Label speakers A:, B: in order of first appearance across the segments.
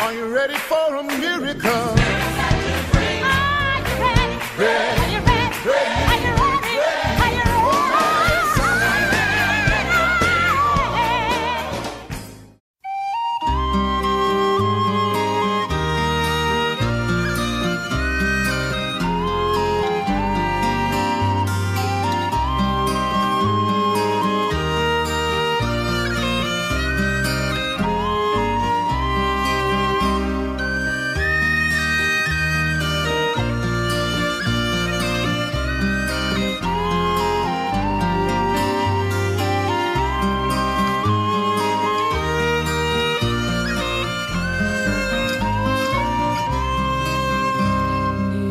A: Are you ready for a miracle?
B: Are you ready? Are you ready? Are you ready? Are you ready?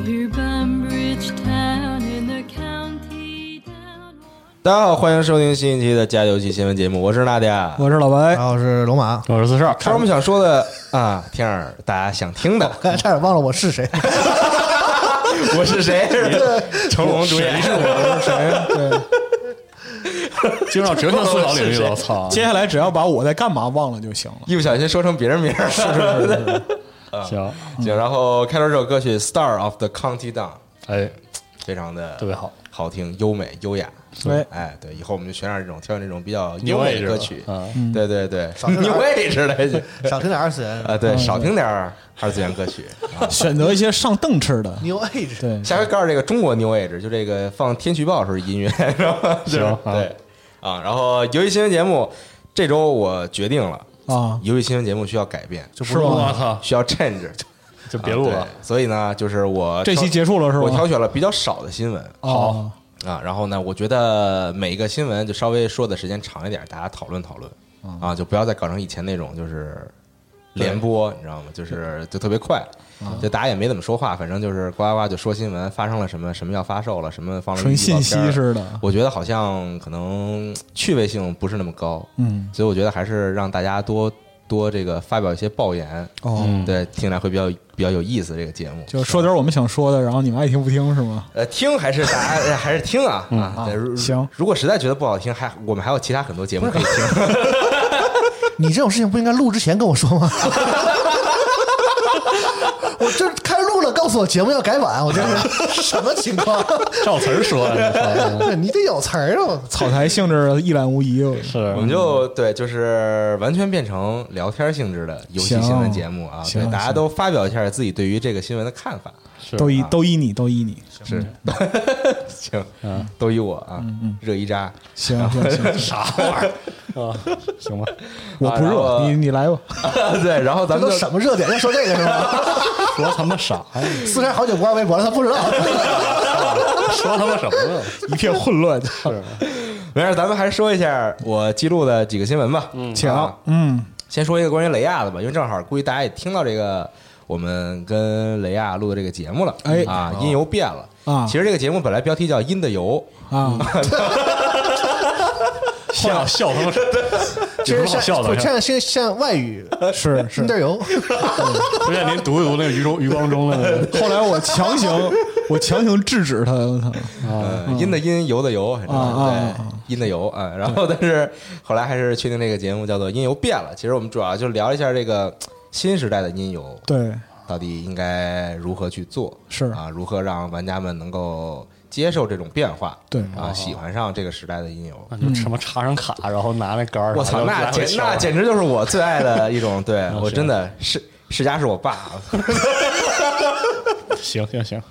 C: Near Bambridge Town in the county down.
D: 大家好，欢迎收听新一期的《加游戏新闻节目》，我是娜迪亚。啊
E: 我是老白，
F: 然后是龙马，
G: 我是四少，
D: 看我们想说的啊，天儿，大家想听的，
F: 刚才差点忘了我 是谁。
D: 我是谁？ 成龙主演，
G: 进入到折腾思考领域了，我操！
E: 接下来只要把我在干嘛忘了就行了。
D: 一不小心说成别人名儿了。
G: 行，
D: 行，然后开头这首歌曲《Star of the County Down》
G: 哎，
D: 非常的
G: 特别好，
D: 好听、优美、优雅。
E: 对
D: 哎，对，以后我们就选点这种，挑选这种比较优美的歌曲。
G: New Age 啊
D: 对对对，你位置来 去
F: 少听点二次 元
D: 啊，对，少听点儿二次元歌 曲。啊
E: 选择一些上凳吃 的，
F: ，New Age，
E: 对，
D: 下回告诉这个中国 New Age，就这个放《天气预报》时候音乐，知道吗？
G: 行
D: 对
G: 啊
D: 对啊，然后游戏新闻节目这周我决定了，
E: 啊，
D: 游戏新闻节目需要改变，
E: 是吗？
G: 我操，
D: 需要 change，
G: 就别录
D: 啊
G: 了，
D: 对所以呢，就是我
E: 这期
D: 挑
E: 结束了是哦
D: 我挑
E: 吗？
D: 选了比较少的新闻
E: 哦，
D: 啊，然后呢，我觉得每一个新闻就稍微说的时间长一点，大家讨论讨论
E: 嗯
D: 啊，就不要再搞成以前那种就是连播，你知道吗？就是就特别快，
E: 嗯
D: 就大家也没怎么说话，反正就是呱呱呱就说新闻，发生了什么，什么要发售了，什么放了
E: 纯
D: 预告
E: 信
D: 片
E: 息
D: 儿
E: 似的，
D: 我觉得好像可能趣味性不是那么高，
E: 嗯，
D: 所以我觉得还是让大家多多这个发表一些爆言，
E: 哦，
G: 嗯，
D: 对，听起来会比较比较有意思。这个节目
E: 就说点我们想说的，然后你们爱听不听是吗？
D: 呃，听还是大家还是听啊啊
E: 啊
D: 对如
E: 行
D: 如果实在觉得不好听，还我们还有其他很多节目可以听。
F: 你这种事情不应该录之前跟我说吗？ 我这开录了，告诉我节目要改版，我这是 什么情况？
G: 照词儿说的，
F: 对你得有词儿啊！
E: 草台性质一览无遗，我
G: 是
D: 我们就对，就是完全变成聊天性质的游戏
E: 行
D: 新闻节目啊，对，
E: 行
D: 大家
E: 行
D: 都发表一下自己对于这个新闻的看法。
G: 是
E: 都依都依你，都依你，
D: 是，
E: 嗯
D: 行，都依我啊，热依扎。
E: 行行行，
G: 啥玩意儿啊？行吧，
E: 我不
D: 然后
E: 热，你你来吧，
D: 对，然后咱们
F: 这都
D: 就
F: 什么热点要说这个是吗？
G: 说他妈啥 呀？
F: 思山好久不玩微博了，他不知道。
G: 说他妈什么呢？
E: 一片混 乱，
D: 没事，咱们还说一下我记录的几个新闻吧。嗯，
E: 请，嗯，
D: 先说一个关于雷亚的吧，因为正好估计大家也听到这个我们跟雷亚录的这个节目了。
E: 哎
D: 啊，音游变了
E: 啊
D: 其实这个节目本来标题叫《音的游
E: 啊，
G: 笑笑他妈什么？
F: 其实
G: 有什么好笑
F: 像我
G: 的？
F: 像像像外 语
D: 哎
E: 是是
F: 听。点油，
G: 不是您读一读那个余光余光中的
E: 后来我 强行，我强行制止他，我操，》，
D: 呃，音的音，游的游，
E: 啊啊啊
D: 对，音的游啊。然后，但是后来还是确定这个节目叫做《音游变了》。其实我们主要就聊一下这个新时代的音游
E: 对，
D: 到底应该如何去做，
E: 是
D: 啊，如何让玩家们能够接受这种变化，
E: 对
D: 啊，喜欢上这个时代的音游。
G: 那就什么插上卡，然后拿那杆儿，
D: 我操，那
G: 然后来回
D: 简
G: 敲
D: 那简直就是我最爱的一种，对我
G: 是
D: 真的是世家是我爸，
G: 行行行，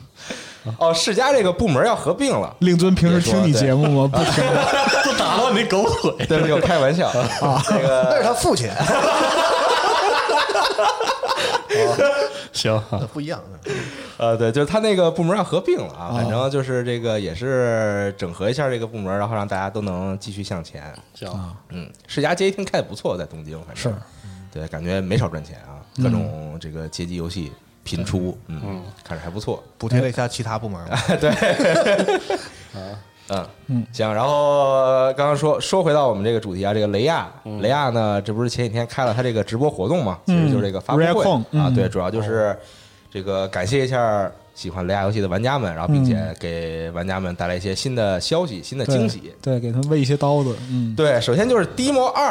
D: 哦，世家这个部门要合并了，
E: 令尊平时听你节目吗？不听。
G: 不打断你狗腿。
D: 对不起，我开玩笑。那
F: 那
D: 个
F: 是他父亲，
G: 行啊，
F: 不一样。
D: 呃，对，就是他那个部门要合并了啊，反正就是这个也是整合一下这个部门，然后让大家都能继续向前。
G: 行，
D: 嗯，世家街机厅开的不错，在东京，反正
E: 是嗯
D: 对，感觉没少赚钱啊，各种这个街机游戏频出，嗯，看着还不错。
F: 补贴了一下其他部门，
D: 嗯嗯，行，然后刚刚说说回到我们这个主题啊，这个雷亚，雷亚呢，这不是前几天开了他这个直播活动嘛，其实就是这个发布会
E: Redcon，
D: 啊，
E: 嗯
D: 对，主要就是这个感谢一下喜欢雷亚游戏的玩家们，然后并且给玩家们带来一些新的消息、新的 惊喜。
E: 嗯对，对，给他喂一些刀子，嗯，
D: 对，首先就是《Demo 二》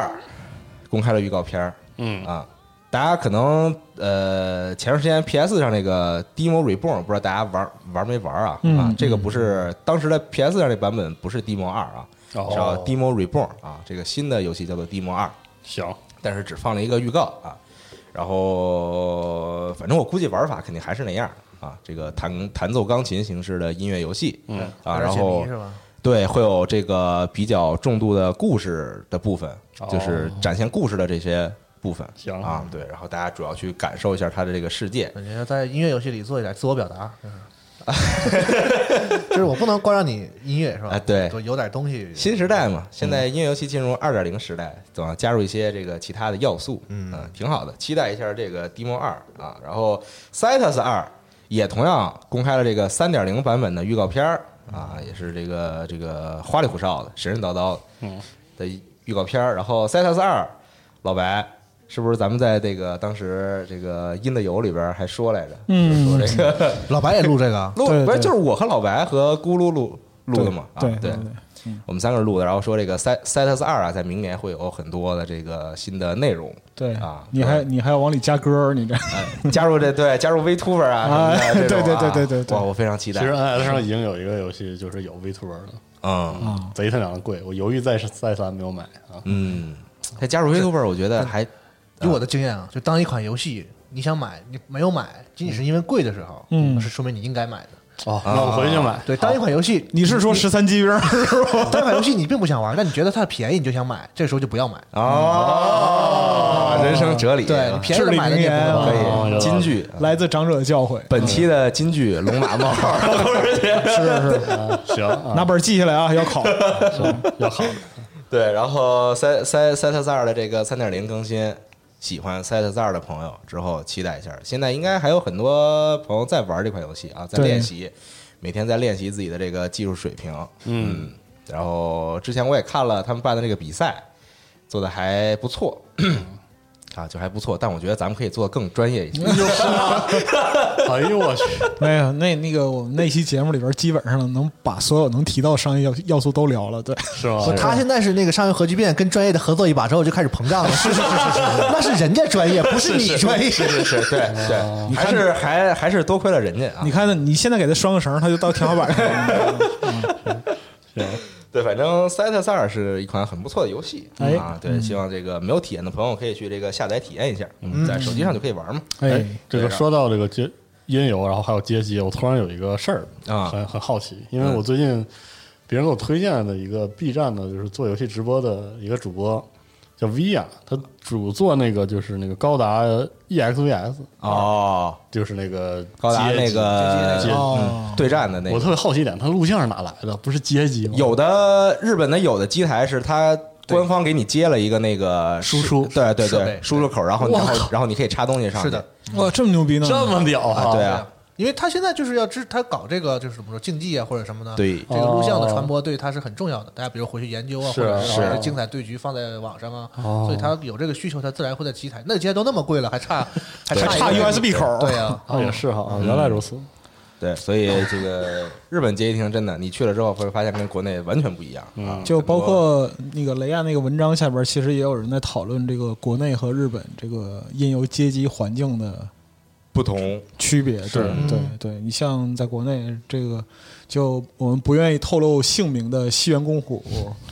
D: 公开了预告片儿，
G: 嗯
D: 啊，大家可能呃前段时间 PS 上那个 Demo Reborn，不知道大家玩玩没玩啊？
E: 嗯
D: 啊
E: 嗯，
D: 这个不是当时的 PS 上那版本不是 Demo 二啊，
G: 哦
D: 叫 Demo Reborn 啊，这个新的游戏叫做 Demo 二，
G: 行，
D: 但是只放了一个预告啊。然后，反正我估计玩法肯定还是那样啊，这个弹弹奏钢琴形式的音乐游戏，
G: 嗯
D: 啊，
F: 玩
D: 然
F: 解
D: 后
F: 谜是吧？
D: 对，会有这个比较重度的故事的部分，就是展现故事的这些部分。
G: 行
D: 啊，对，然后大家主要去感受一下它的这个世界。
F: 感觉要在音乐游戏里做一点自我表达，嗯就是我不能光让你音乐是吧？
D: 啊对
F: 就有点东西。
D: 新时代
E: 嗯
D: 嘛，现在音乐游戏进入二点零时代，总要加入一些这个其他的要素，嗯、挺好的。期待一下这个 Demo 二啊，然后 Citus 二也同样公开了这个三点零版本的预告片儿啊，
E: 嗯
D: 也是这个这个花里胡哨的、神神叨叨的，嗯的预告片儿。然后 Citus 二，老白是不是咱们在这个当时这个《音的游》里边还说来着？
E: 嗯
D: 就是说这个
F: 老白也录这 个啊，
D: 录
E: 对
D: 不是
E: 对
D: 就是我和老白和咕噜录录的嘛？啊
E: 对
D: 对
E: 对。
D: 我们三个人录的，然后说这个 Set Setus 二啊，在明年会有很多的这个新的内容，
E: 对
D: 啊，
E: 你还你还要往里加歌儿，你这
D: 对加入这对 加入 VTuber 啊
E: 啊
D: 什么的这种啊，
E: 对对对对对对
D: 哇，我非常期
G: 其
D: 待
G: 实，NS 上已经有一个游戏，就是有 VTuber 的，
D: 嗯
G: 贼他娘的贵，我犹豫再再三没有买啊。
D: 嗯，他加入 VTuber 我觉得还
F: 以我的经验啊，就当一款游戏你想买，你没有买，仅仅是因为贵的时候，
E: 嗯
F: 那是说明你应该买的。啊
G: 哦，那我回去买。
F: 对，当一款游戏，
E: 你是说十三级兵儿是吧？
F: 当一款游戏你并不想玩，但你觉得它便宜你就想买，这时候就不要买。
D: 哦，啊人生哲理，
F: 对你便宜了买了你也不
E: 至理名言啊
F: 会
D: 可
F: 玩。
G: 哦
D: 以
G: 有道理
D: 金句，啊
E: 来自长者的教诲，
D: 本期的金句龙马帽，
E: 是是，
G: 啊行啊，
E: 拿本儿记下来啊，要考。
G: 要好的。
D: 对，然后 Set Set Setus 二的这个三点零更新。喜欢 Set 二的朋友之后期待一下，现在应该还有很多朋友在玩这款游戏啊，在
E: 对
D: 练习，每天在练习自己的这个技术水平。嗯，然后之前我也看了他们办的这个比赛，做的还不 错啊，就还不错。但我觉得咱们可以做的更专业一些。
G: 哎呦我去，
E: 没有，那那个我们那期节目里边儿基本上能把所有能提到商业要要素都聊了，对，
G: 哦是吗？
F: 不哦他现在是那个上游核聚变，跟专业的合作一把之后就开始膨胀了。是是是是是，那是人家专业，不是 你专业。
D: 是是是， 对对，还是还还是多亏了人家啊
E: 你。看，你现在给他拴个绳儿，他就到天花板上了。
D: 对，反正《Set 塞尔》是一款很不错的游戏、
E: 哎
D: 啊，对，希望这个没有体验的朋友可以去这个下载体验一下，嗯、在手机上就可以玩嘛。
E: 哎，
G: 这
D: 啊
G: 个说到这个街音游，然后还有街机，我突然有一个事儿
D: 啊
G: 很很好奇，因为我最近别人给我推荐的一个 B 站的，就是做游戏直播的一个主播叫 Via，他主做那个就是那个高达 E EXVS，
D: 哦，
G: 啊就是那个
D: 高达
G: 街
D: 那
G: 机
D: 个
G: 街机
D: 嗯对战的那
G: 我
D: 个，
G: 特别好奇一点，他录像是哪来的？不是街机吗？
D: 有的日本的有的机台是它官方给你接了一个那个
G: 输出
D: 对对
F: 设备
D: 对，输入口，然后然后然后你可以插东西上去。
F: 是的，
E: 哇，这么牛逼呢？
G: 这么屌
D: 啊，对啊，
F: 因为他现在就是要支他搞这个就是怎么说竞技啊或者什么的，
D: 对
F: 这个录像的传播对他是很重要的。大家比如回去研究啊，
G: 是
F: 或者
G: 是
F: 把这精彩对局放在网上啊，所以他有这个需求，他自然会在机台。那机台都那么贵了，还差还
E: 还差
F: 一个
E: USB 口儿
F: 对啊，
G: 啊，也是
D: 嗯
G: 哈，啊原来如此。
D: 对，所以这个日本街机厅真的，你去了之后会发现跟国内完全不一样啊，
E: 嗯就包
D: 很多
E: 括那个雷亚那个文章下边，其实也有人在讨论这个国内和日本这个音游街机环境的
D: 不
E: 不
D: 同，
E: 区别，对
G: 是
E: 对
F: 嗯
E: 对，你像在国内这个，就我们不愿意透露姓名的西园公虎，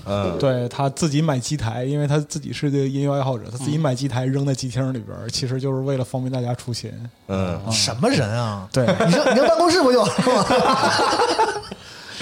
D: 嗯，
E: 对他自己买机台，因为他自己是个音乐爱好者，他
F: 嗯
E: 自己买机台扔在机厅里边儿，其实就是为了方便大家出勤。
D: 嗯，
F: 什么人 啊？
E: 对，
F: 你上你上办公室不就 完了吗？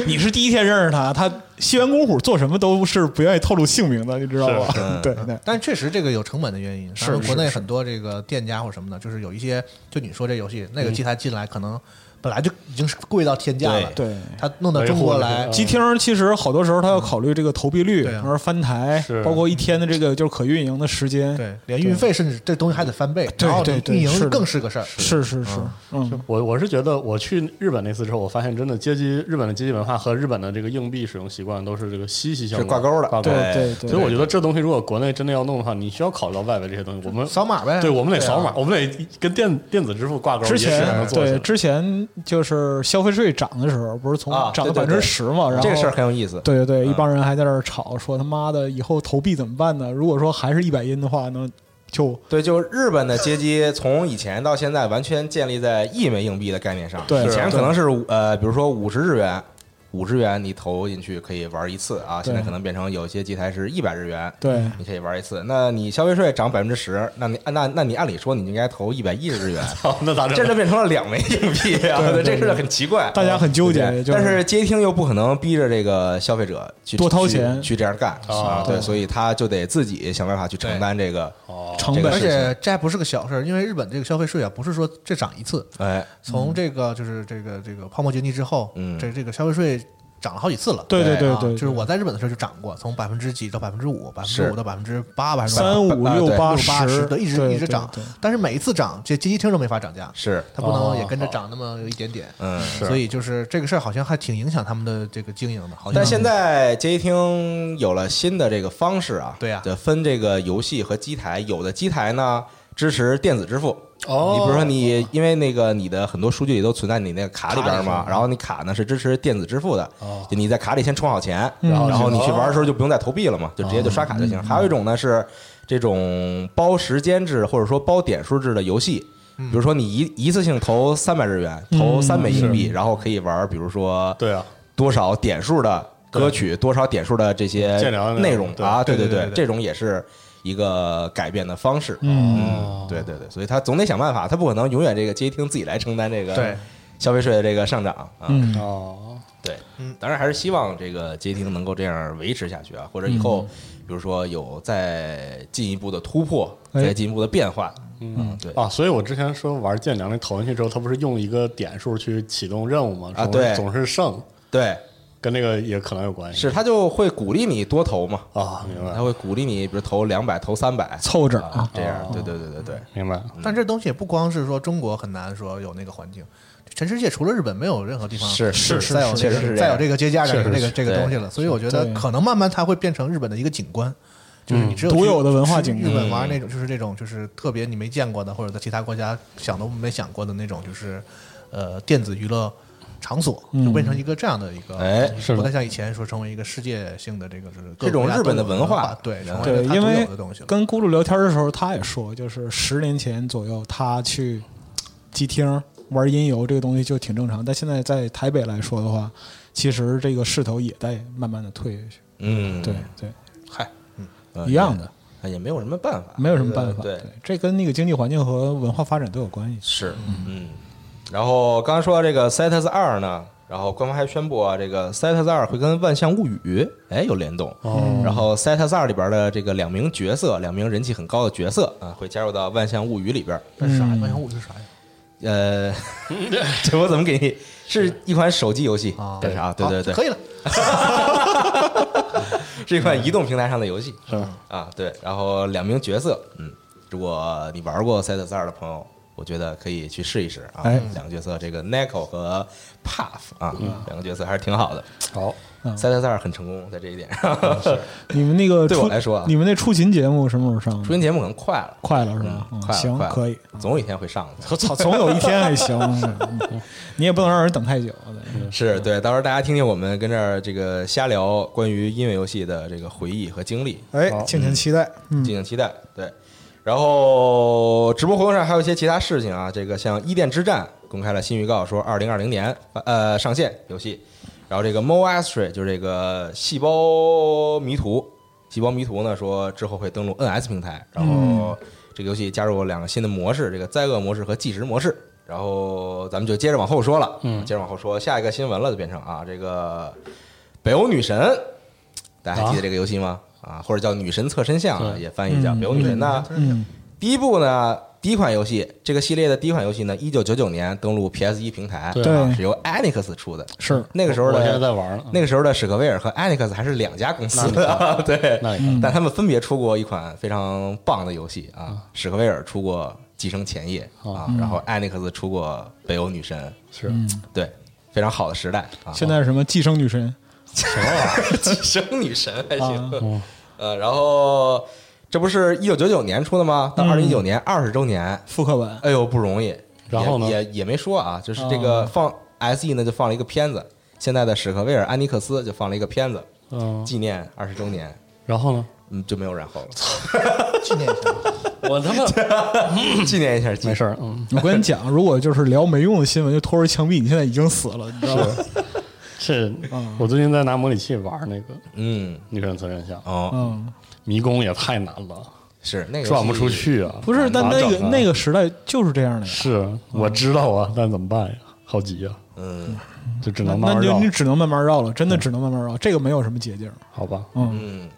E: 你是第一天认识他，他西园公虎做什么都是不愿意透露姓名的，你知道吧？
D: 嗯
E: 对对，
F: 但确实这个有成本的原因，是国内很多这个店家或什么的，就是有一些就你说这游戏那个机台进来可能本来就已经是贵到天价了，
E: 对对
F: 他弄到中国
G: 维护
F: 来
G: 这个
E: 机厅其实好多时候他要考虑这个投币率，
F: 对啊
E: 然后翻台
G: 是，
E: 包括一天的这个就是可运营的时间。
F: 对，连运费甚至这东西还得翻倍，
E: 对
F: 然后
E: 对对
F: 运
E: 是
F: 营
E: 的
F: 更是个事儿。
E: 是是是，嗯，
G: 我我是觉得我去日本那次之后，我发现真的阶级日本的阶级文化和日本的这个硬币使用习惯都是这个息息相
D: 是
G: 关，
D: 挂钩的
G: 挂钩
E: 对
G: 的。
E: 对
D: 对
E: 对，
G: 所以我觉得这东西如果国内真的要弄的话，你需要考虑到外围这些东西。我们
F: 扫码呗，
G: 对，我们得扫码，
F: 对啊。
G: 我们得跟电电子支付挂钩，
E: 之
G: 也许才
E: 前
G: 能做起来
E: 对之前就是消费税涨的时候，不是从
D: 啊
E: 涨了
D: 对对
E: 百分
D: 对
E: 之十嘛？哦然后
D: 这个事儿很有意思，
E: 对对对，一
D: 嗯
E: 帮人还在那儿吵说他妈的以后投币怎么办呢？如果说还是一百音的话，那就
D: 对，就是日本的阶级从以前到现在完全建立在一枚硬币的概念上。
E: 对
D: 以前
E: 是
D: 可能是呃，比如说五十日元，五十元你投进去可以玩一次啊，
E: 对
D: 现在可能变成有些机台是一百日元。
E: 对
D: 你可以玩一次，那你消费税涨百分之十，那你那那你按理说你应该投一百一十日 元，
G: 好， 那咋整？
D: 这就变成了两枚硬币啊！
E: 对对
D: 这事儿很奇怪，啊
E: 大家很纠结
D: 对
E: 就是
D: 但是街厅又不可能逼着这个消费者去
E: 多掏
D: 去
E: 钱
D: 去这样干
G: 啊
D: 对，所以他就得自己想办法去承担这个，
G: 哦
E: 成
D: 这
E: 本
D: 个
F: 而
D: 是
F: 且这还不是个小事儿，因为日本这个消费税啊，不是说这涨一次，
E: 嗯
D: 哎，
F: 从这个就是这个这个泡沫经济之后，
D: 嗯
F: 这这个消费税涨了好几次了。
E: 对对
D: 对
E: 对
F: 啊
E: 对，
F: 就是我在日本的时候就涨过，从百分之几到百分之五，百分之
D: 是
F: 五到百分之八，百分之
E: 三五六
D: 对
E: 八
F: 八
E: 十
F: 的一直一直涨，但是每一次涨，这阶梯厅都没法涨价，
D: 是，
F: 它不能
G: 哦
F: 也跟着涨那么有一点点，
D: 嗯，
F: 所以就是这个事儿好像还挺影响他们的这个经营的，好像
D: 但现在街机厅有了新的这个方式啊，
F: 对啊
D: 就分这个游戏和机台，有的机台呢支持电子支付。
G: 哦
D: 你比如说你，因为那个你的很多数据里都存在你那个卡里边嘛，然后你卡呢是支持电子支付的，
G: 哦
D: 就你在卡里先充好钱，
E: 嗯
D: 然后你去玩的时候就不用再投币了嘛，就直接就刷卡就行。还有一种呢是这种包时间制或者说包点数制的游戏，比如说你一一次性投三百日元，投
E: 嗯
D: 三枚硬
E: 是
D: 币，然后可以玩，比如说
G: 对啊，
D: 多少点数的歌曲，多少点数的这些
G: 见聊的那
D: 内
G: 种
D: 容啊，
F: 对
D: 对
F: 对对对
D: 这种也是一个改变的方式。
E: 嗯，
D: 嗯，对对对，所以他总得想办法，他不可能永远这个街厅自己来承担这个
F: 对
D: 消费税的这个上涨啊。
E: 嗯
G: 哦，
D: 对，当然还是希望这个街厅能够这样维持下去啊，或者以后
E: 嗯
D: 比如说有再进一步的突破，
E: 哎
D: 再进一步的变化。嗯，对。
G: 啊，所以我之前说玩剑梁那投进去之后，它不是用一个点数去启动任务吗？
D: 啊
G: 总是
D: 对
G: 总是胜，
D: 对，
G: 跟那个也可能有关系。
D: 是他就会鼓励你多投嘛，
G: 啊，明
D: 他
G: 白
D: 会鼓励你，比如投两百、投三百，
E: 凑整
D: 啊，这样。对对对对对，
G: 明白。
E: 嗯
F: 但这东西也不光是说中国很难说有那个环境，全世界除了日本，没有任何地方
D: 是是
F: 再有这
D: 确实是这
F: 个
D: 样
F: 再有这个接家长
G: 确实
F: 这个
G: 是
F: 这个东西了。所以我觉得
E: 对嗯
F: 可能慢慢它会变成日本的一个景观，就是你只有
E: 独
F: 去
E: 有的文化
F: 去
E: 景
F: 日本
E: 观
F: 玩那种就是这种就是特别你没见过的，或者在其他国家想都没想过的那种，就是呃电子娱乐。场所
E: 嗯
F: 就变成一个这样的一个，
D: 哎
F: 就是
G: 的
F: 不太像以前说成为一个世界性的这个就是各
D: 这种
F: 国家
D: 日本
F: 都
D: 的
F: 有
D: 文
F: 文
D: 化
F: 对，
D: 嗯
F: 成为
E: 对，
F: 了它
E: 因
F: 独
E: 为
F: 有的东西了。
E: 跟咕噜聊天的时候，他也说，就是十年前左右，他去机厅玩音游这个东西就挺正常，但现在在台北来说的话，其实这个势头也在慢慢的退下去。
D: 嗯，
E: 对对，
D: 嗨，嗯
E: 一样的，
D: 的，也没有什么办法，
E: 没有什么办法。
D: 对，
E: 这跟那个经济环境和文化发展都有关系。
D: 是，嗯。然后刚刚说到这个 Setas 二呢，然后官方还宣布啊，这个 Setas 二会跟《万象物语》哎有联动。
G: 哦
D: 然后 Setas 二里边的这个两名角色，两名人气很高的角色啊，会加入到《万象物语》里边。
F: 这是啥
E: 嗯
F: 呀？万象物语是啥呀？
D: 呃， 这我怎么给你？是一款手机游戏
F: 啊，
D: 这是啊，对对对，
F: 好可以了。
D: 是一款移动平台上的游戏，
G: 是
D: 啊，对，然后两名角色，嗯，如果你玩过《赛特斯二》的朋友，我觉得可以去试一试啊。
E: 哎
D: 两个角色，这个 Nico 和 Puff 啊，两个角色还是挺好的。
G: 好，
D: 《赛特斯二》很成功，在这一点上。
E: 你们那个
D: 对
E: 出
D: 我来说啊
E: 你们那出勤节目什么时候 上
D: 出？音节目可能快了，
E: 快了是吧？
D: 嗯
E: 嗯
D: 快了
E: 行
D: 快，了
E: 可以。嗯
D: 总有一天会上的。
E: 我操，总有一天还 行，嗯你也不能让人等太久。啊对
D: 是对，到时候大家听听我们跟这儿这个瞎聊关于音乐游戏的这个回忆和经历，
E: 哎，敬请期待。嗯
D: 敬请期待。对，然后直播活动上还有一些其他事情啊，这个像《伊甸之战》公开了新预告，说二零二零年呃上线游戏。然后这个 Mo Astray 就是这个细胞迷途，细胞迷途呢说之后会登陆 NS 平台，然后这个游戏加入了两个新的模式，这个灾厄模式和计时模式。然后咱们就接着往后说了，嗯，接着往后说下一个新闻了，就变成啊这个北欧女神，大家还记得这个游戏吗？啊，或者叫女神侧身像啊，
G: 对
D: 也翻译叫
E: 嗯
D: 北欧女神呢。
E: 嗯
D: 第一部呢，第一款游戏，这个系列的第一款游戏呢，一九九九年登陆 PS 一平台，
G: 对
D: 啊是由 Anix 出的。
E: 是
D: 那个时候
G: 我现在
D: 的
G: 在玩呢。
D: 那个时候的史克威尔和 Anix 还是两家公司
G: 那你
D: 的， 对，
G: 那
E: 嗯
G: 你看，
D: 嗯但他们分别出过一款非常棒的游戏啊，史克威尔出过《寄生前夜》啊，然后 Anix 出过《北欧女神》，
G: 是
D: 对，非常好的时代啊。
E: 嗯现在是什么寄生女神？
D: 寄生女神还
E: 啊
G: 哦
D: 行。呃，然后这不是一九九九年出的吗？
G: 嗯
D: 到二零一九年二十周年，
E: 复刻版
D: 哎呦不容易。
G: 然后呢哦
D: 也也也没说啊，就是这个放 S E 呢就放了一个片子，现在的史克威尔安尼克斯就放了一个片子，
G: 嗯，
D: 纪念二十周年。
G: 然后呢？
D: 嗯，就没有然后了。
F: 纪念一下。
G: 我他妈
D: 纪念一下，
G: 没事儿，嗯，
E: 我跟你讲，如果就是聊没用的新闻，就拖着枪毙，你现在已经死了，你知道吗？
G: 是
E: 嗯
G: 我最近在拿模拟器玩那个《
D: 嗯，
G: 女神责任像》，
D: 哦，
E: 嗯，
G: 迷宫也太难了，
D: 是那个游戏
G: 转不出。去啊！
E: 不是，但
G: 哪
E: 那
G: 整
E: 个
G: 啊
E: 那个时代就是这样的呀。
G: 是我知道啊，但怎么办呀？好急啊，
D: 嗯
G: 就只
E: 那
G: 能慢
E: 那
G: 慢
E: 你就
G: 绕
E: 你，只能慢慢绕了，真的只能慢慢绕，这个没有什么捷径。
G: 好吧？
D: 嗯，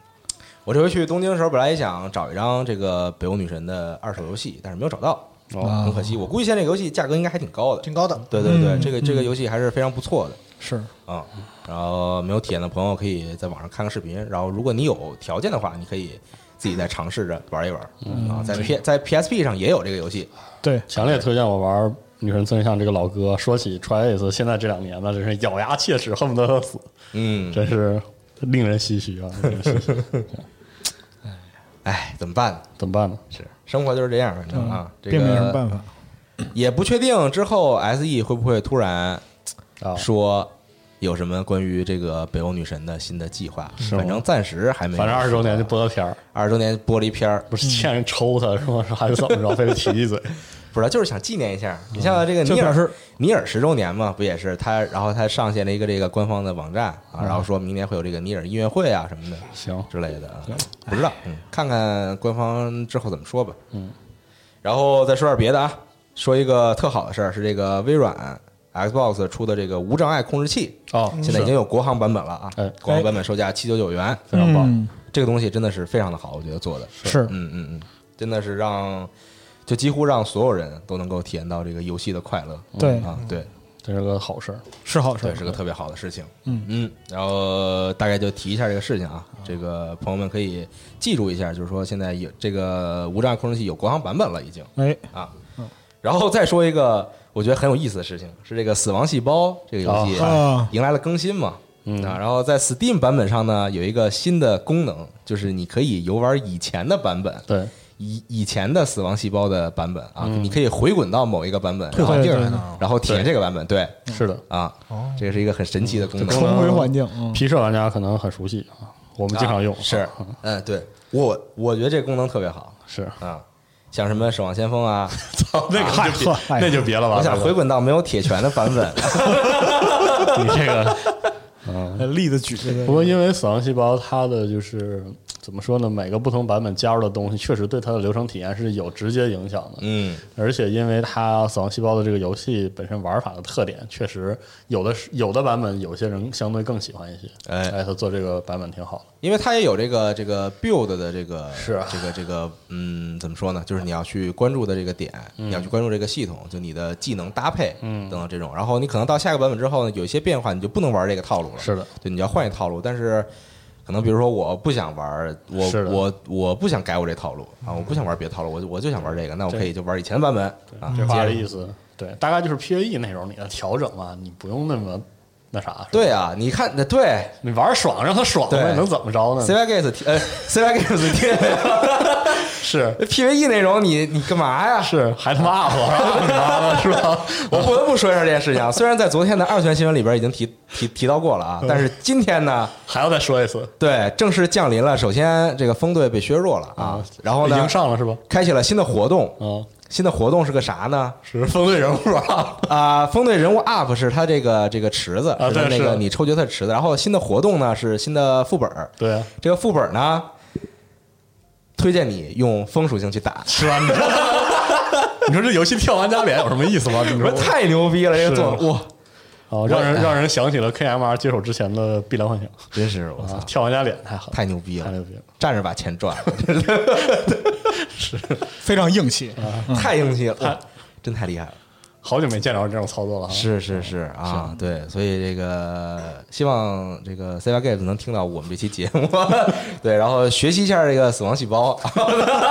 D: 我这回去东京的时候，本来也想找一张这个北欧女神的二手游戏，但是没有找到，嗯
G: 哦，
D: 很可惜。我估计现在这个游戏价格应该还挺高的，
F: 挺高的，
D: 对对对，
E: 嗯
D: 这个这个游戏还是非常不错的
E: 是，
D: 啊、然后没有体验的朋友可以在网上看个视频，然后如果你有条件的话，你可以自己再尝试着玩一玩
E: 嗯
D: 啊。在 P 在 PSP 上也有这个游戏，
E: 对，
G: 强烈推荐我玩《女神村上》这个老哥。说起 Trace，现在这两年呢，真是咬牙切齿，恨不得死，
D: 嗯，
G: 真是令人唏嘘啊！令人唏嘘
D: 哎，怎么办呢？
G: 怎么办呢？
D: 是生活就是这样，反
E: 嗯
D: 正啊，这
E: 并没什么
D: 个
E: 办法。
D: 也不确定之后 SE 会不会突然
G: 啊，
D: 说有什么关于这个北欧女神的新的计划，
G: 吗
D: 反正暂时还没有。
G: 反正二十周年就播个片儿，
D: 二十周年玻璃片儿，
G: 不是欠人抽他是吗？还是怎么着？非得提一嘴，
D: 不知道，就是想纪念一下。你像这个
E: 嗯就
D: 尼
E: 表
D: 尔
E: 示，
D: 尼尔十周年嘛，不也是他？然后他上线了一个这个官方的网站
E: 嗯
D: 啊，然后说明年会有这个尼尔音乐会啊什么的
G: 行，
D: 之类的啊，不知道，嗯，看看官方之后怎么说吧。嗯，然后再说点别的啊，说一个特好的事儿，是这个微软 Xbox 出的这个无障碍控制器
G: 哦
D: 现在已经有国行版本了啊
G: 哎，
D: 国行版本售价七九九元，非常棒。
E: 嗯，
D: 这个东西真的是非常的好，我觉得做的
E: 是
D: 嗯嗯嗯，真的是让就几乎让所有人都能够体验到这个游戏的快乐。
E: 对
D: 啊，对
G: 这是个好事儿。
E: 是好事
D: 对，
E: 儿。
D: 是个特别好的事情。嗯嗯，然后大概就提一下这个事情啊，这个朋友们可以记住一下，就是说现在有这个无障碍控制器有国行版本了，已经
E: 哎，
D: 啊。然后再说一个我觉得很有意思的事情，是这个《死亡细胞》这个游戏
E: 啊
D: 迎来了更新嘛。嗯啊，然后在 Steam 版本上呢，有一个新的功能，就是你可以游玩以前的版本，
G: 对，
D: 以以前的死亡细胞的版本啊，你可以回滚到某一个版本，然后
E: 回
D: 地儿
E: 对
D: 来呢然后体验这个版本，对
G: 是的，
D: 啊，
E: 哦
D: 这个是一个很神奇的功能，
E: 重回环境，嗯，
G: 皮社玩家可能很熟悉啊，我们经常用。
D: 啊是，嗯，对我我觉得这个功能特别好
G: 是，
D: 啊，像什么守望先锋啊，
G: 操， 那个就别
E: 嗨
G: 那就别了吧。
D: 我想回滚到没有铁拳的版本，
G: 你这个。
E: 哎例子举这
G: 不
E: 个，
G: 过因为死亡细胞它的就是怎么说呢，每个不同版本加入的东西，确实对它的流程体验是有直接影响的。
D: 嗯，
G: 而且因为它死亡细胞的这个游戏本身玩法的特点，确实有的是有的版本有些人相对更喜欢一些。
D: 哎
G: 哎，他做这个版本挺好的。
D: 因为它也有这个这个 build 的这个
G: 是啊
D: 这个这个嗯，怎么说呢？就是你要去关注的这个点，
G: 嗯
D: 你要去关注这个系统，就你的技能搭配，嗯，等等这种。然后你可能到下个版本之后呢，有一些变化，你就不能玩这个套路了。
G: 是的，
D: 对，你要换一套路。但是可能比如说我不想玩，我
G: 是的
D: 我我不想改我这套路啊，我不想玩别的套路，我就我就想玩这个，那我
G: 对
D: 可以就玩以前版本啊。
G: 这话的
D: 接着
G: 意思，对，大概就是 E PVE 那种你的调整嘛，你不用那么那啥。是吧，
D: 对啊，你看，那对
G: 你玩爽让他爽
D: 对
G: 呗，能怎么着 呢？
D: C Y Gates 呃 C Y Gates 听
G: 是
D: PVE 那种，你你干嘛呀？
G: 是，还他妈 up 啊，你妈的 是吧？
D: 我不得不说一下这件事情啊，虽然在昨天的二选新闻里边已经提提提到过了啊，但是今天呢，
G: 还要再说一次
D: 对，正式降临了。首先，这个风队被削弱了啊，然后
G: 嗯已
D: 呢
G: 经，上了是吧？
D: 开启了新的活动。
G: 啊，
D: 新的活动是个啥呢？
G: 是风队人物啊，
D: 啊、风队人物 UP 是他这个这个池子，
G: 啊
D: 是它
G: 对
D: 那个
G: 是
D: 你抽角色池子。然后新的活动呢是新的副本儿，
G: 对啊，
D: 这个副本呢，推荐你用风属性去打，
G: 是吧？你说你说这游戏跳玩家脸有什么意思吗？你
D: 不
G: 说
D: 是太牛逼了，这个做
G: 是
D: 哇，
G: 啊，让人让人想起了 KMR 接手之前的《碧蓝幻想
D: 真是我》操
G: 啊，，跳玩家脸太狠，
D: 太牛逼
G: 太
D: 了
G: 牛，逼了！
D: 站着把钱赚了，
E: 非常硬气。啊
D: 太硬气了，哇真太厉害了。哦
G: 好久没见着这种操作了啊！
D: 是是是啊，对，所以这个希望这个 C Y Games 能听到我们这期节目， 对，然后学习一下这个死亡细胞，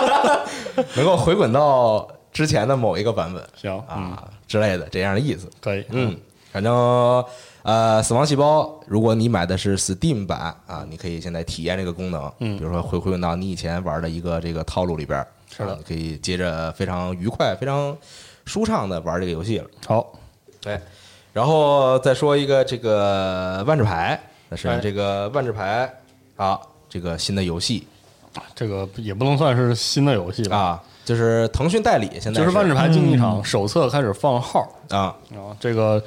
D: 能够回滚到之前的某一个版本，
G: 行嗯
D: 啊之类的这样的意思。
G: 可以，
D: 嗯，反正呃，死亡细胞，如果你买的是 Steam 版啊，你可以现在体验这个功能，嗯，比如说回回滚到你以前玩的一个这个套路里边儿，
G: 是的
D: 啊你可以接着非常愉快、非常舒畅的玩这个游戏了。
G: 好，
D: 对，然后再说一个这个万智牌，那是
G: 哎
D: 这个万智牌啊，这个新的游戏
G: 这个也不能算是新的游戏吧？
D: 啊，嗯就是腾讯代理现在
G: 就是万智
D: 牌
G: 牌竞技场手册开始放号，
D: 啊，
G: 然后这个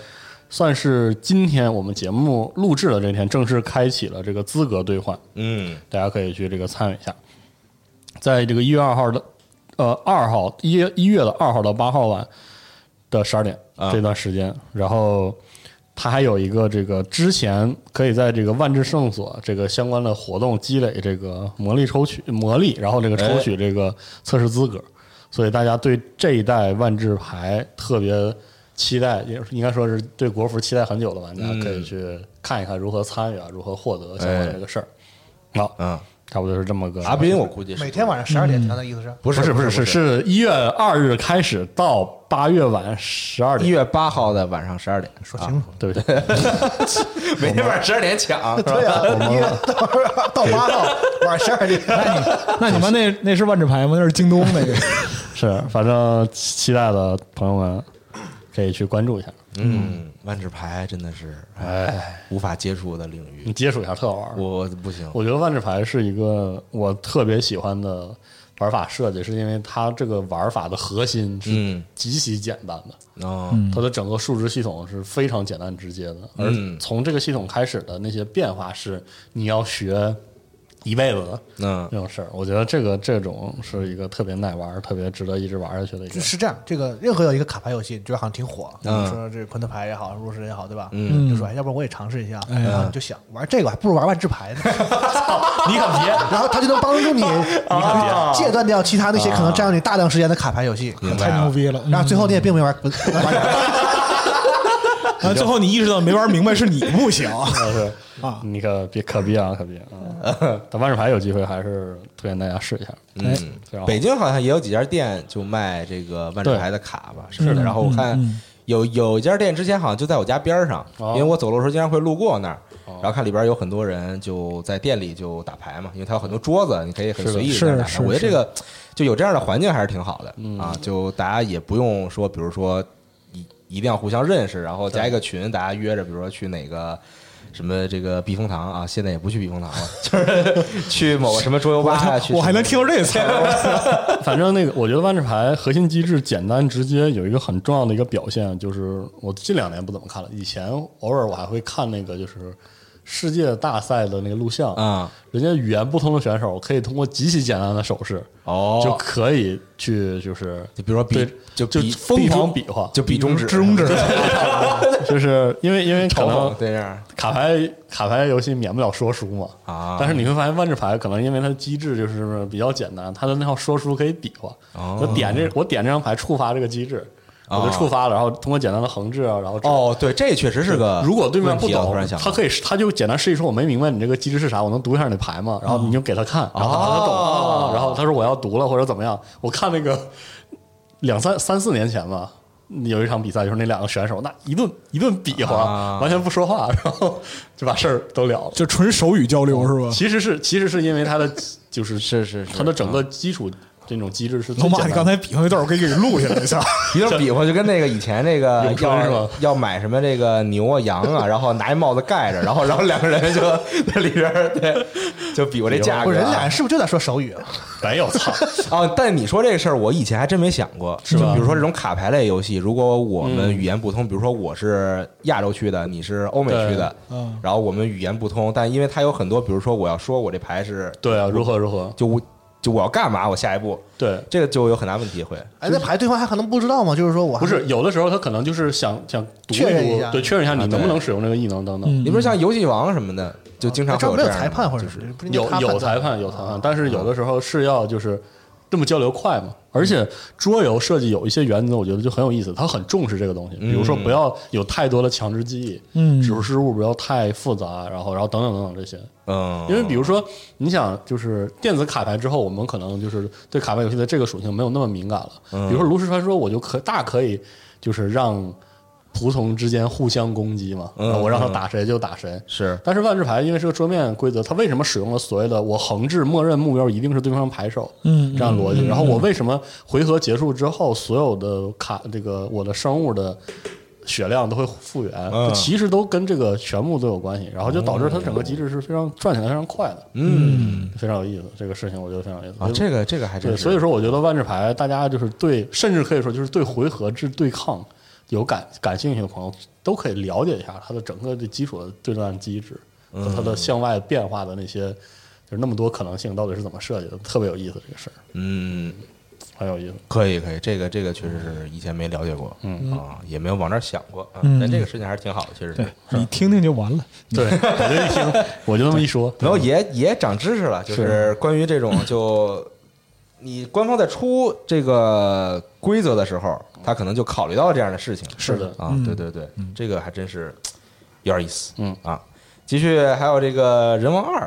G: 算是今天我们节目录制的这天正式开启了这个资格兑换，
D: 嗯
G: 大家可以去这个参与一下。在这个一月二号的呃二号一月一月的二号到八号晚的十二点
D: 啊
G: 这段时间，然后它还有一个这个之前可以在这个万智圣所这个相关的活动积累这个魔力抽取魔力，然后这个抽取这个测试资格，所以大家对这一代万智牌特别期待，也应该说是对国服期待很久的玩家、
D: 嗯
G: 可以去看一看如何参与啊，如何获得相关的这个事儿。好，
D: 嗯，
G: 差不多是这么个。
D: 阿斌我估计是
F: 每天晚上十二点，他的意思是？
D: 不
G: 不
D: 是
G: 是不是
D: 是
G: 是是一月二日开始到八月晚十二
D: 一
G: 点，
D: 月八号的晚上十二点，啊
F: 说清楚，
G: 对不对？
D: 每天晚上十二点抢，是吧
F: 对啊，一月到八到晚上十二点，
E: 那你们那那是万智牌吗？那是京东那个。
G: 是，反正期待的朋友们可以去关注一下，
D: 嗯，万智牌真的是哎无法接触的领域
G: 你，接触一下特好玩。我
D: 我不行，
G: 我觉得万智牌是一个我特别喜欢的玩法设计，是因为它这个玩法的核心是
D: 嗯
G: 极其简单的，
D: 哦，
G: 它的整个数值系统是非常简单直接的，而
D: 嗯
G: 从这个系统开始的那些变化是你要学一辈子的。
D: 嗯
G: 这种事儿，我觉得这个这种是一个特别耐玩儿、特别值得一直玩下去的一个
F: 就。是这样。这个任何有一个卡牌游戏，你觉得好像挺火，比
D: 嗯
F: 如说这昆特牌也好，炉石也好，对吧？
D: 嗯
F: 就说哎要不然我也尝试一下，
E: 哎呀
F: 然后你就想玩这个，还不如玩万智牌呢。
G: 你可 别，
F: 然后它就能帮 助你，你看戒断掉其他那些可能占用你大量时间的卡牌游戏。
D: 啊明白
E: 太
D: 了
E: 牛逼了！
F: 然后最后你也并没玩， 不
E: 啊，最后你意识到没玩明白是你不行，
G: 是
E: 啊
G: 你可别可别啊，可别啊！但万智牌有机会还是推荐大啊家试一下。
E: 哎
G: 然
D: 嗯
G: 后
D: 北京好像也有几家店就卖这个万智牌的卡吧，是
E: 嗯
D: 的。然后我看有有一家店之前好像就在我家边儿上，
G: 哦
D: 因为我走路的时候经常会路过那儿，然后看里边有很多人就在店里就打牌嘛，因为它有很多桌子，你可以很随意地
E: 是
D: 在那儿打
E: 是
D: 牌。我觉得
E: 是
D: 这个就有这样的环境还是挺好的啊，就大家也不用说，比如说一一定要互相认识，然后加一个群，大家约着，比如说去哪个。什么这个避风塘啊，现在也不去避风塘了，就是去某个什么桌游吧啊，去
E: 我还
D: 什么
E: 能听到这词儿。
G: 反正那个，我觉得万智牌核心机制简单直接，有一个很重要的一个表现，就是我近两年不怎么看了，以前偶尔我还会看那个就是世界大赛的那个录像
D: 啊，
G: 人家语言不通的选手可以通过极其简单的手势
D: 哦，
G: 就可以去就是
D: 就比如说比
G: 对
D: 就
G: 就
D: 比
G: 疯狂
D: 比
G: 比划，
D: 就比中指，
E: 中指，
G: 就是因为因为可
D: 嘲
G: 能
D: 讽这样
G: 卡牌卡牌游戏免不了说书嘛
D: 啊
G: 但是你会发现万智牌可能因为它机制就是比较简单，它的那套说书可以比划。
D: 哦
G: 我点这我点这张牌触发这个机制，
D: 哦
G: 我就触发了，然后通过简单的横置啊，然后。
D: 哦，对，这确实是个问题啊。
G: 如果对面不
D: 我
G: 懂
D: 突然，想到，
G: 他可以他就简单示意说我没明白你这个机制是啥，我能读一下你的牌吗？然后你就给他看，然后他就懂
D: 嗯哦
G: 了。然后他说我要读了或者怎么样，我看那个两三三四年前吧，有一场比赛，就是那两个选手那一顿一顿比划，
D: 啊
G: 完全不说话， 然后就把事儿都了了。
E: 就纯手语交流是吧？
G: 其实是其实是因为他的就是
D: 是是是
G: 他的整个基础这种机制是最
E: 龙马，
G: 简
E: 你
G: 单
E: 刚
G: 的
E: 才比划那段，我给给录下来一下。
D: 比如比划，就跟那个以前那个
G: 咏春是
D: 要
G: 吧
D: 要买什么这个牛啊羊啊，然后拿一帽子盖着，然后然后两个人就在里边儿对，就比划这价
F: 不
D: 格
F: 是，
D: 啊。
F: 人俩是不是就在说手语啊？
G: 没有操，
D: 哦，但你说这个事儿，我以前还真没想过，是吧？就比如说这种卡牌类游戏，如果我们语言不通，比如说我是亚洲区的，你是欧美区的，
E: 嗯
D: 然后我们语言不通，但因为它有很多，比如说我要说我这牌是
G: 对啊，如何如何，
D: 就我就我要干嘛，我下一步
G: 对，
D: 这个就有很大问题会。
G: 嗯
F: 哎，那牌对方还可能不知道吗？就是说我还
G: 不是有的时候他可能就是想想读
F: 确认一
G: 读
F: 下
G: 对，确认一下你
D: 啊对嗯
G: 能不能使用这个异能等等。
D: 你比如像游戏王什么的，就经常会
F: 哎这儿
D: 有
F: 没
D: 这
F: 有
D: 样的
F: 裁判或者
D: 就是
F: 不应该
G: 有
F: 他判
G: 有
F: 断啊
G: 裁判有裁判，但是有的时候是要就是这么交流快嘛。而且桌游设计有一些原则，我觉得就很有意思，它很重视这个东西。比如
D: 嗯
G: 说不要有太多的强制记忆，
E: 嗯
G: 指数失误不要太复杂，然后然后等等等等这些。
D: 嗯，
G: 因为比如说，你想就是电子卡牌之后，我们可能就是对卡牌游戏的这个属性没有那么敏感了。
D: 嗯
G: 比如说《炉石传说》，我就可大可以就是让仆从之间互相攻击嘛，
D: 嗯
G: 那我让他打谁就打谁。
D: 是
G: 但是万智牌因为是个桌面规则，它为什么使用了所谓的我横置默认目标一定是对方牌手
E: 嗯
G: 这样的逻辑？然后我为什么回合结束之后所有的卡这个我的生物的血量都会复原？
D: 嗯
G: 它其实都跟这个全部都有关系，然后就导
E: 哦
G: 致它整个机制是非常转起来非常快的，
D: 嗯
G: 非常有意思。这个事情我觉得非常有意思。
D: 啊，这个这个还真
G: 对，
D: 是，
G: 所以说我觉得万智牌大家就是对，甚至可以说就是对回合制对抗有感感兴趣的朋友，都可以了解一下它的整个的基础的对战机制和
D: 嗯
G: 它的向外变化的那些，就是那么多可能性到底是怎么设计的，特别有意思这个事儿，
D: 嗯，
G: 很有意思。
D: 可以可以，这个这个确实是以前没了解过，嗯啊，也没有往这儿想过啊，
E: 嗯
D: 但这个事情还是挺好的，其实是
E: 对。 你听听就完了。
G: 对，我就一听，我就那么一说，
D: 然
G: 嗯
D: 后也也长知识了，就是关于这种 就你官方在出这个规则的时候，他可能就考虑到这样的事情。
G: 是的
D: 啊，对对对，这个还真是有点意思。
G: 嗯
D: 啊，继续还有这个《人王二》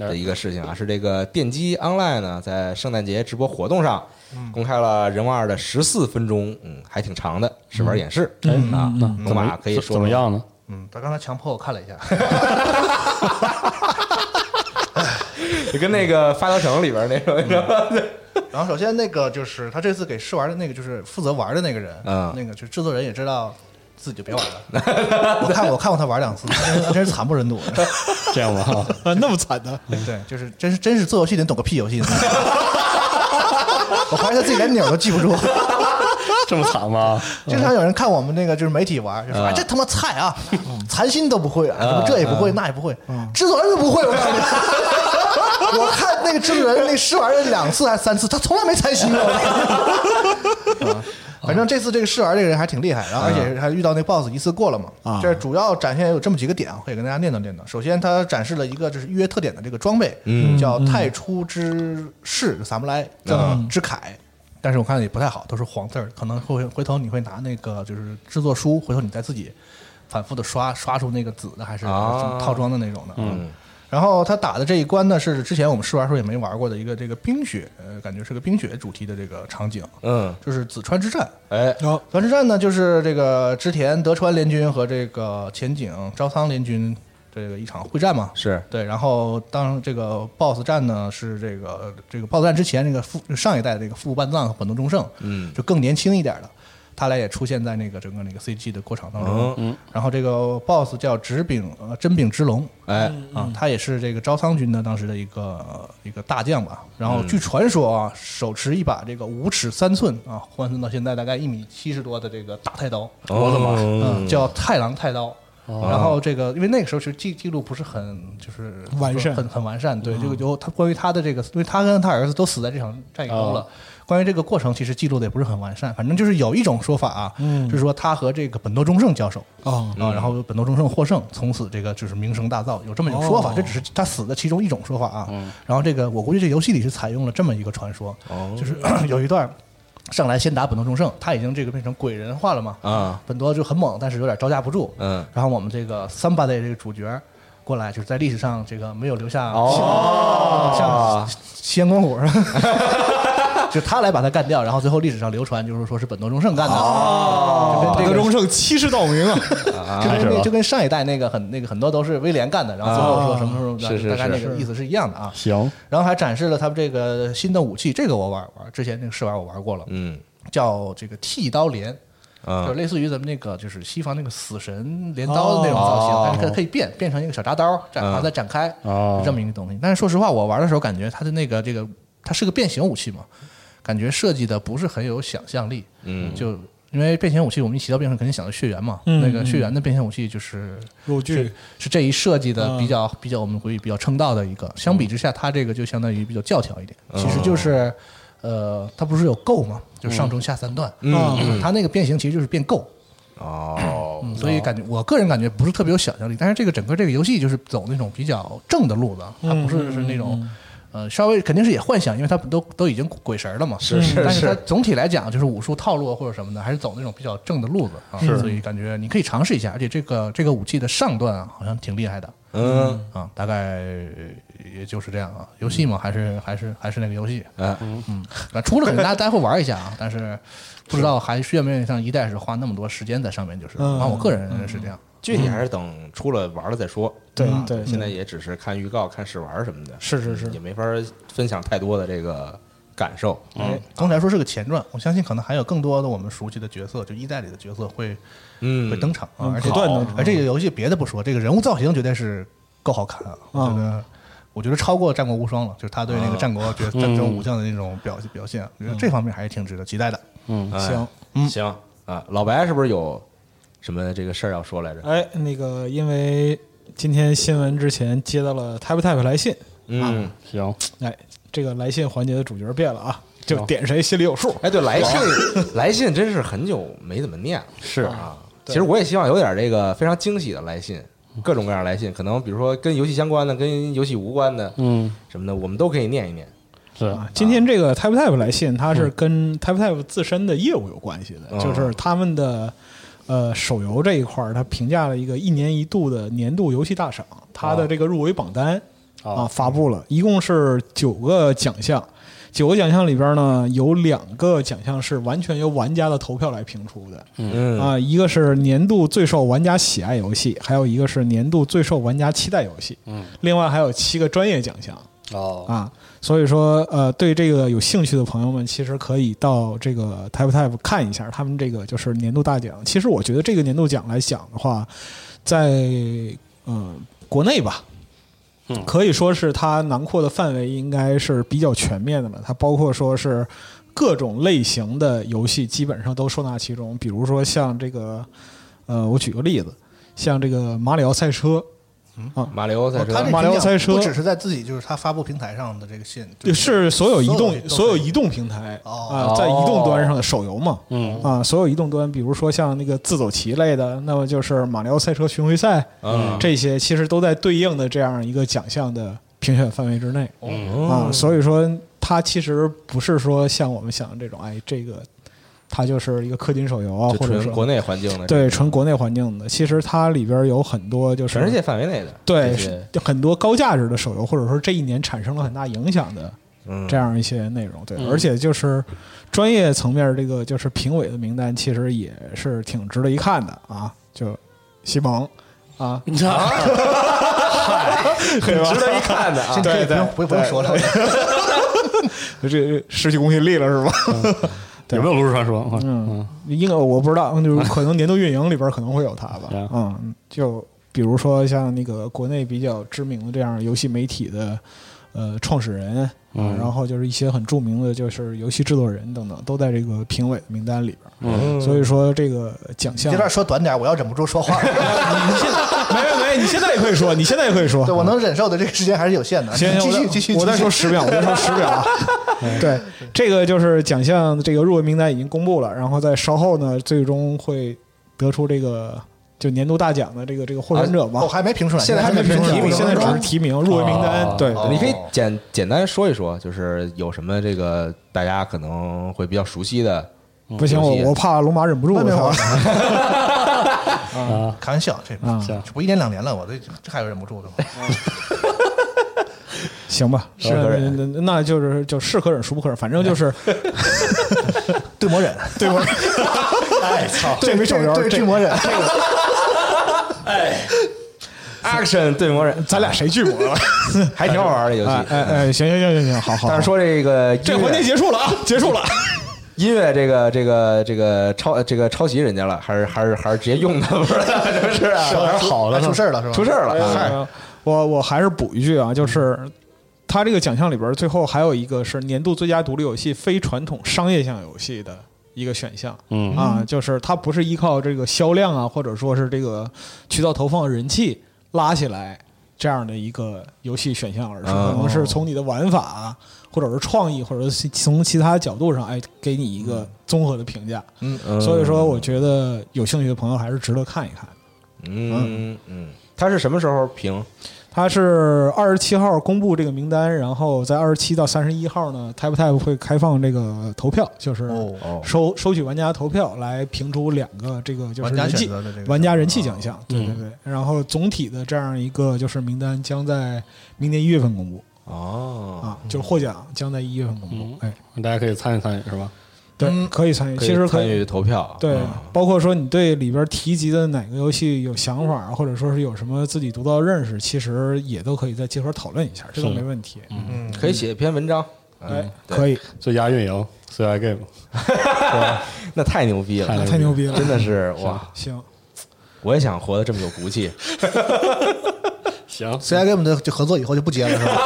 D: 的
G: 哎
D: 一个事情啊，是这个电击 Online 呢在圣诞节直播活动上
G: 嗯
D: 公开了《人王二》的十四分钟，嗯，还挺长的试玩演示。
G: 嗯
D: 啊，
G: 那
D: 河马可以说说
G: 怎么样呢？
F: 嗯，他刚才强迫我看了一下，
D: 就跟那个发条城里边那种，你知道吗
F: 然后首先那个就是他这次给试玩的那个就是负责玩的那个人，
D: 嗯
F: 那个就是制作人也知道自己就别玩了。 我看我看过他玩两次，真是真是惨不忍睹。
G: 这样吧，哈
E: 啊，那么惨的，
F: 对，就是真是真是做游戏的人懂个屁游戏。我怀疑他自己连钮都记不住。
G: 这么惨吗？
F: 经常有人看我们那个就是媒体玩，就说哎这他妈菜啊，残心都不会啊，嗯什么这也不会那也不会，制作人都不会，我告诉你。 我看那个制作人那试玩了两次还是三次，他从来没参心过。啊 反正这次这个试玩这个人还挺厉害，然后而且还遇到那 boss 一次过了嘛。
E: 啊
F: 这主要展现有这么几个点啊，可以跟大家念叨念叨。首先，他展示了一个就是预约特点的这个装备，叫太初之士萨姆莱，叫之铠。但是我看也不太好，都是黄字儿，可能会回头你会拿那个就是制作书，回头你再自己反复的刷刷出那个紫的还是什
D: 啊
F: 么套装的那种的。嗯。然后他打的这一关呢，是之前我们试玩时候也没玩过的一个这个冰雪，呃，感觉是个冰雪主题的这个场景，
D: 嗯，
F: 就是紫川之战。
D: 哎，
E: 然后
F: 团之战呢，就是这个织田德川联军和这个前井昭仓联军这个一场会战嘛。
D: 是
F: 对，然后当这个 BOSS 战呢，是这个这个 BOSS 战之前，这个副上一代的这个副半藏和本能中胜，
D: 嗯
F: 就更年轻一点的，他俩也出现在那个整个那个 CG 的过场当中。
D: 嗯，
F: 然后这个 BOSS 叫直柄呃真柄之龙，
D: 哎，
F: 啊，他也是这个招仓军的当时的一个呃一个大将吧。然
D: 嗯
F: 后据传说啊，手持一把这个五尺三寸啊，换算到现在大概一米七十多的这个大太刀，
D: 我的妈！
F: 嗯，叫太郎太刀。然后这个，因为那个时候其实记记录不是很就是
E: 完善嗯
F: 很很完善，对这个就他关于他的这个，因为他跟他儿子都死在这场战役中了
G: 哦，
F: 关于这个过程其实记录的也不是很完善，反正就是有一种说法啊，
E: 嗯
F: 就是说他和这个本多忠胜交手，
E: 啊，
F: 啊，然后本多忠胜获胜，从此这个就是名声大噪，有这么一种说法，
E: 哦
F: 这只是他死的其中一种说法啊。然后这个我估计这游戏里是采用了这么一个传说，就是 有一段上来先打本多忠胜，他已经这个变成鬼人化了嘛，
D: 啊，
F: 本多就很猛，但是有点招架不住，
D: 嗯
F: 然后我们这个三八 day 这个主角。过来就是在历史上这个没有留下
D: 哦
F: 像西安光火， 就他来把他干掉，然后最后历史上流传就是说是本多忠胜干的，哦，
E: 本
F: 跟
E: 德
F: 这个
E: 忠胜欺世盗名 啊！
F: 就
G: 开始
F: 跟
G: 了
F: 那就跟上一代那个很那个很多都是威廉干的，然后最后说什么时候
D: 是是
F: 大概那
D: 是
F: 个意思是一样的啊。
G: 行，
F: 然后还展示了他们这个新的武器，这个我玩玩，之前那个试玩我玩过了，
D: 嗯
F: 叫这个剃刀镰，就
D: 啊
F: 类似于咱们那个就是西方那个死神镰刀的那种造型，但是它可以变变成一个小铡刀，展把它展开，
G: 哦
F: 是这么一个东西。但是说实话，我玩的时候感觉它的那个这个它是个变形武器嘛，感觉设计的不是很有想象力，
D: 嗯
F: 就。因为变形武器，我们一提到变形，肯定想到血缘嘛。
E: 嗯
F: 那个血缘的变形武器就是
E: 入剧
F: 是是这一设计的
E: 嗯
F: 比较、比较我们会比较称道的一个。相比之下，它这个就相当于比较教条一点，其实就是呃，它不是有够嘛，就上中下三段，嗯，它那个变形其实就是变够。
D: 哦，
F: 嗯所以感觉我个人感觉不是特别有想象力，但是这个整个这个游戏就是走那种比较正的路子，它不
D: 嗯
F: 是是那种。呃，稍微肯定是也幻想，因为它都都已经鬼神了嘛。是
D: 是
F: 但是它
D: 是
F: 总体来讲，就是武术套路啊或者什么的，还是走那种比较正的路子啊。所以感觉你可以尝试一下，而且这个这个武器的上段啊，好像挺厉害的。
D: 嗯，
F: 啊，大概也就是这样啊。游戏嘛，还是还是还是那个游戏。
D: 哎
F: 嗯，啊出了可能大家大家会玩一下啊，但是不知道还愿不愿意像一代是花那么多时间在上面，就是。
E: 嗯
F: 反正我个人是这样。
D: 具体还是等出了玩了再说。
E: 对
D: 啊
E: 对
D: 现在也只是看预告、看试玩什么的，
E: 是是是
D: 也没法分享太多的这个感受。
E: 嗯
F: 哎，刚才说是个前传，我相信可能还有更多的我们熟悉的角色，就一代里的角色会
D: 嗯
F: 会，登场啊，
E: 嗯
F: 而且
E: 不断登场
F: 而这个游戏别的不说，这个人物造型绝对是够好看啊，我觉
E: 嗯
F: 得。我觉得超过《战国无双》了，就是他对那个战国角色、战争武将的那种表
E: 嗯
F: 表现，我觉得这方面还是挺值得期待的。
G: 嗯
D: 哎
E: 行，
D: 行啊，老白是不是有什么这个事儿要说来着？
E: 哎，那个因为今天新闻之前接到了 Type Type 来信，
D: 嗯，
G: 行，
E: 哎，这个来信环节的主角变了啊，就
G: 哦
E: 点谁心里有数。
D: 哎，对，来信来信真是很久没怎么念了。
G: 是
D: 啊，其实我也希望有点这个非常惊喜的来信，各种各样的来信，可能比如说跟游戏相关的、跟游戏无关的
G: 嗯，
D: 什么的，我们都可以念一念。
G: 是
E: 啊，今天这个 Type Type 来信，它是跟 Type Type 自身的业务有关系的，
D: 嗯
E: 就是他们的呃手游这一块儿，他评价了一个一年一度的年度游戏大赏，它的这个入围榜单啊
G: 哦
E: 发布了，一共是九个奖项。九个奖项里边呢，有两个奖项是完全由玩家的投票来评出的，
D: 嗯
E: 啊，一个是年度最受玩家喜爱游戏，还有一个是年度最受玩家期待游戏。嗯，另外还有七个专业奖项
G: 哦，
E: 啊，所以说呃，对这个有兴趣的朋友们，其实可以到这个 Type Type 看一下他们这个就是年度大奖。其实我觉得这个年度奖来讲的话，在呃国内吧。可以说是它囊括的范围应该是比较全面的了，它包括说是各种类型的游戏基本上都收纳其中。比如说像这个，呃，我举个例子，像这个马里奥赛车，
D: 马里
E: 哦
D: 奥赛车
F: 哦他这
E: 马里奥
F: 评
E: 赛
F: 奖
E: 车
F: 不只是在自己就是他发布平台上的这个信，就是
E: 所有移动所
F: 所
E: 有
F: 有
E: 移
F: 移
E: 动平台啊、
F: 哦
E: 在移动端上的手游
D: 哦
E: 嘛，
G: 嗯
E: 啊，所有移动端，比如说像那个自走棋类的，那么就是马里奥赛车巡回赛，
D: 嗯
E: 这些其实都在对应的这样一个奖项的评选范围之内。
D: 嗯
E: 啊，所以说它其实不是说像我们想的这种，哎，这个它就是一个氪金手游啊，
D: 就
E: 或者
D: 纯
E: 是
D: 国内环境的，
E: 对纯国内环境的。其实它里边有很多就是
D: 全世界范围内的，
E: 对
D: 这
E: 是
D: 些
E: 很多高价值的手游，或者说这一年产生了很大影响的
D: 嗯
E: 这样一些内容。对，而且就是专业层面这个就是评委的名单，其实也是挺值得一看的啊。就西蒙 啊，对吧
D: 值得一看 的啊。
F: 这个不用不用不用说了，
E: 这这失去公信力了是吧？
G: 有没有炉石传说？嗯
E: 嗯， 应该我不知道，就是可能年度运营里边可能会有它吧
G: Yeah.。
E: 嗯，就比如说像那个国内比较知名的这样游戏媒体的呃创始人啊，
G: 嗯
E: 然后就是一些很著名的就是游戏制作人等等，都在这个评委名单里边。嗯，所以说这个奖项
F: 这，段说短点，我要忍不住说 话。
E: 没没没，你现在也可以说，你现在也可以说，
F: 对我能忍受的这个时间还是有限的。
E: 行
F: 继
E: 行，我再
F: 续继续，
E: 我再
F: 继续
E: 说十秒，我再说十 秒啊。对，这个就是奖项这个入围名单已经公布了，然后在稍后呢，最终会得出这个就年度大奖的这个这个获选者吧
F: 我。哦还没评出来，
D: 现在还
F: 没
D: 没评出来
F: 出
D: 我
E: 现在只是提名，入围名单
G: 哦。
E: 对，
D: 你可以简简单说一说，就是有什么这个大家可能会比较熟悉的
F: 哦
E: 不行，我我怕龙马忍不住
F: 外面
E: 了
F: 玩。
G: 啊，
F: 开玩笑，这
E: 啊哎
F: 这不一年两年了，我这这还有忍不住的吗？
E: 行吧，是
D: 可忍
E: 那那那就是就是可忍孰不可忍，反正就是
F: 对魔忍，哦
E: 对我，哎操，这没手游，
F: 对
E: 这
F: 巨魔忍，
D: Action 对魔人，
E: 咱俩谁拒魔了？啊
D: 还挺好玩的游
E: 哎哎
D: 戏。
E: 哎，行行行行行，好好。
D: 但是说这个音乐
E: 这环节结束了啊，结束了。
D: 音乐这个这个这个抄这个抄袭人家了，还是还是还是直接用他们了， 这不是啊？
F: 小点好了，出事儿了是吧？
D: 出事儿了，嗨，
E: 哎我我还是补一句啊，就是他这个奖项里边儿最后还有一个是年度最佳独立游戏非传统商业向游戏的一个选项。
G: 嗯
E: 啊，就是它不是依靠这个销量啊，或者说是这个渠道投放人气拉起来这样的一个游戏选项，而是可能是从你的玩法啊、或者是创意，或者是从其他角度上，哎，给你一个综合的评价。
D: 嗯，
E: 啊所以说，我觉得有兴趣的朋友还是值得看一看。
D: 嗯嗯，他是什么时候评？
E: 它是二十七号公布这个名单，然后在二十七到三十一号呢，Tap Tap 会开放这个投票，就是
D: 哦
E: 收收取玩家投票来评出两个这个就是
F: 玩家
E: 人气
F: 选择的这个啊
E: 玩家人气奖项，对对对。然后总体的这样一个就是名单将在明年一月份公布
D: 哦，
E: 啊，就是获奖将在一月份公布，哎，
G: 大家可以参与参与是吧？
E: 对，可以参与，其实可
D: 参
E: 以
D: 与投票，
E: 对
D: 嗯，
E: 包括说你对里边提及的哪个游戏有想法，或者说是有什么自己独到的认识，其实也都可以再结合讨论一下，这都没问题。
F: 嗯，
D: 可以写一篇文章，
E: 哎
D: 嗯，，
E: 可以，
G: 最佳运营 CI Game，
D: 那太牛逼
G: 太
D: 了，
E: 太牛逼了，
D: 真的是哇！
E: 行。
D: 我也想活得这么有骨 气，
G: 行，
F: CI Game 的就合作以后就不接了是 吧？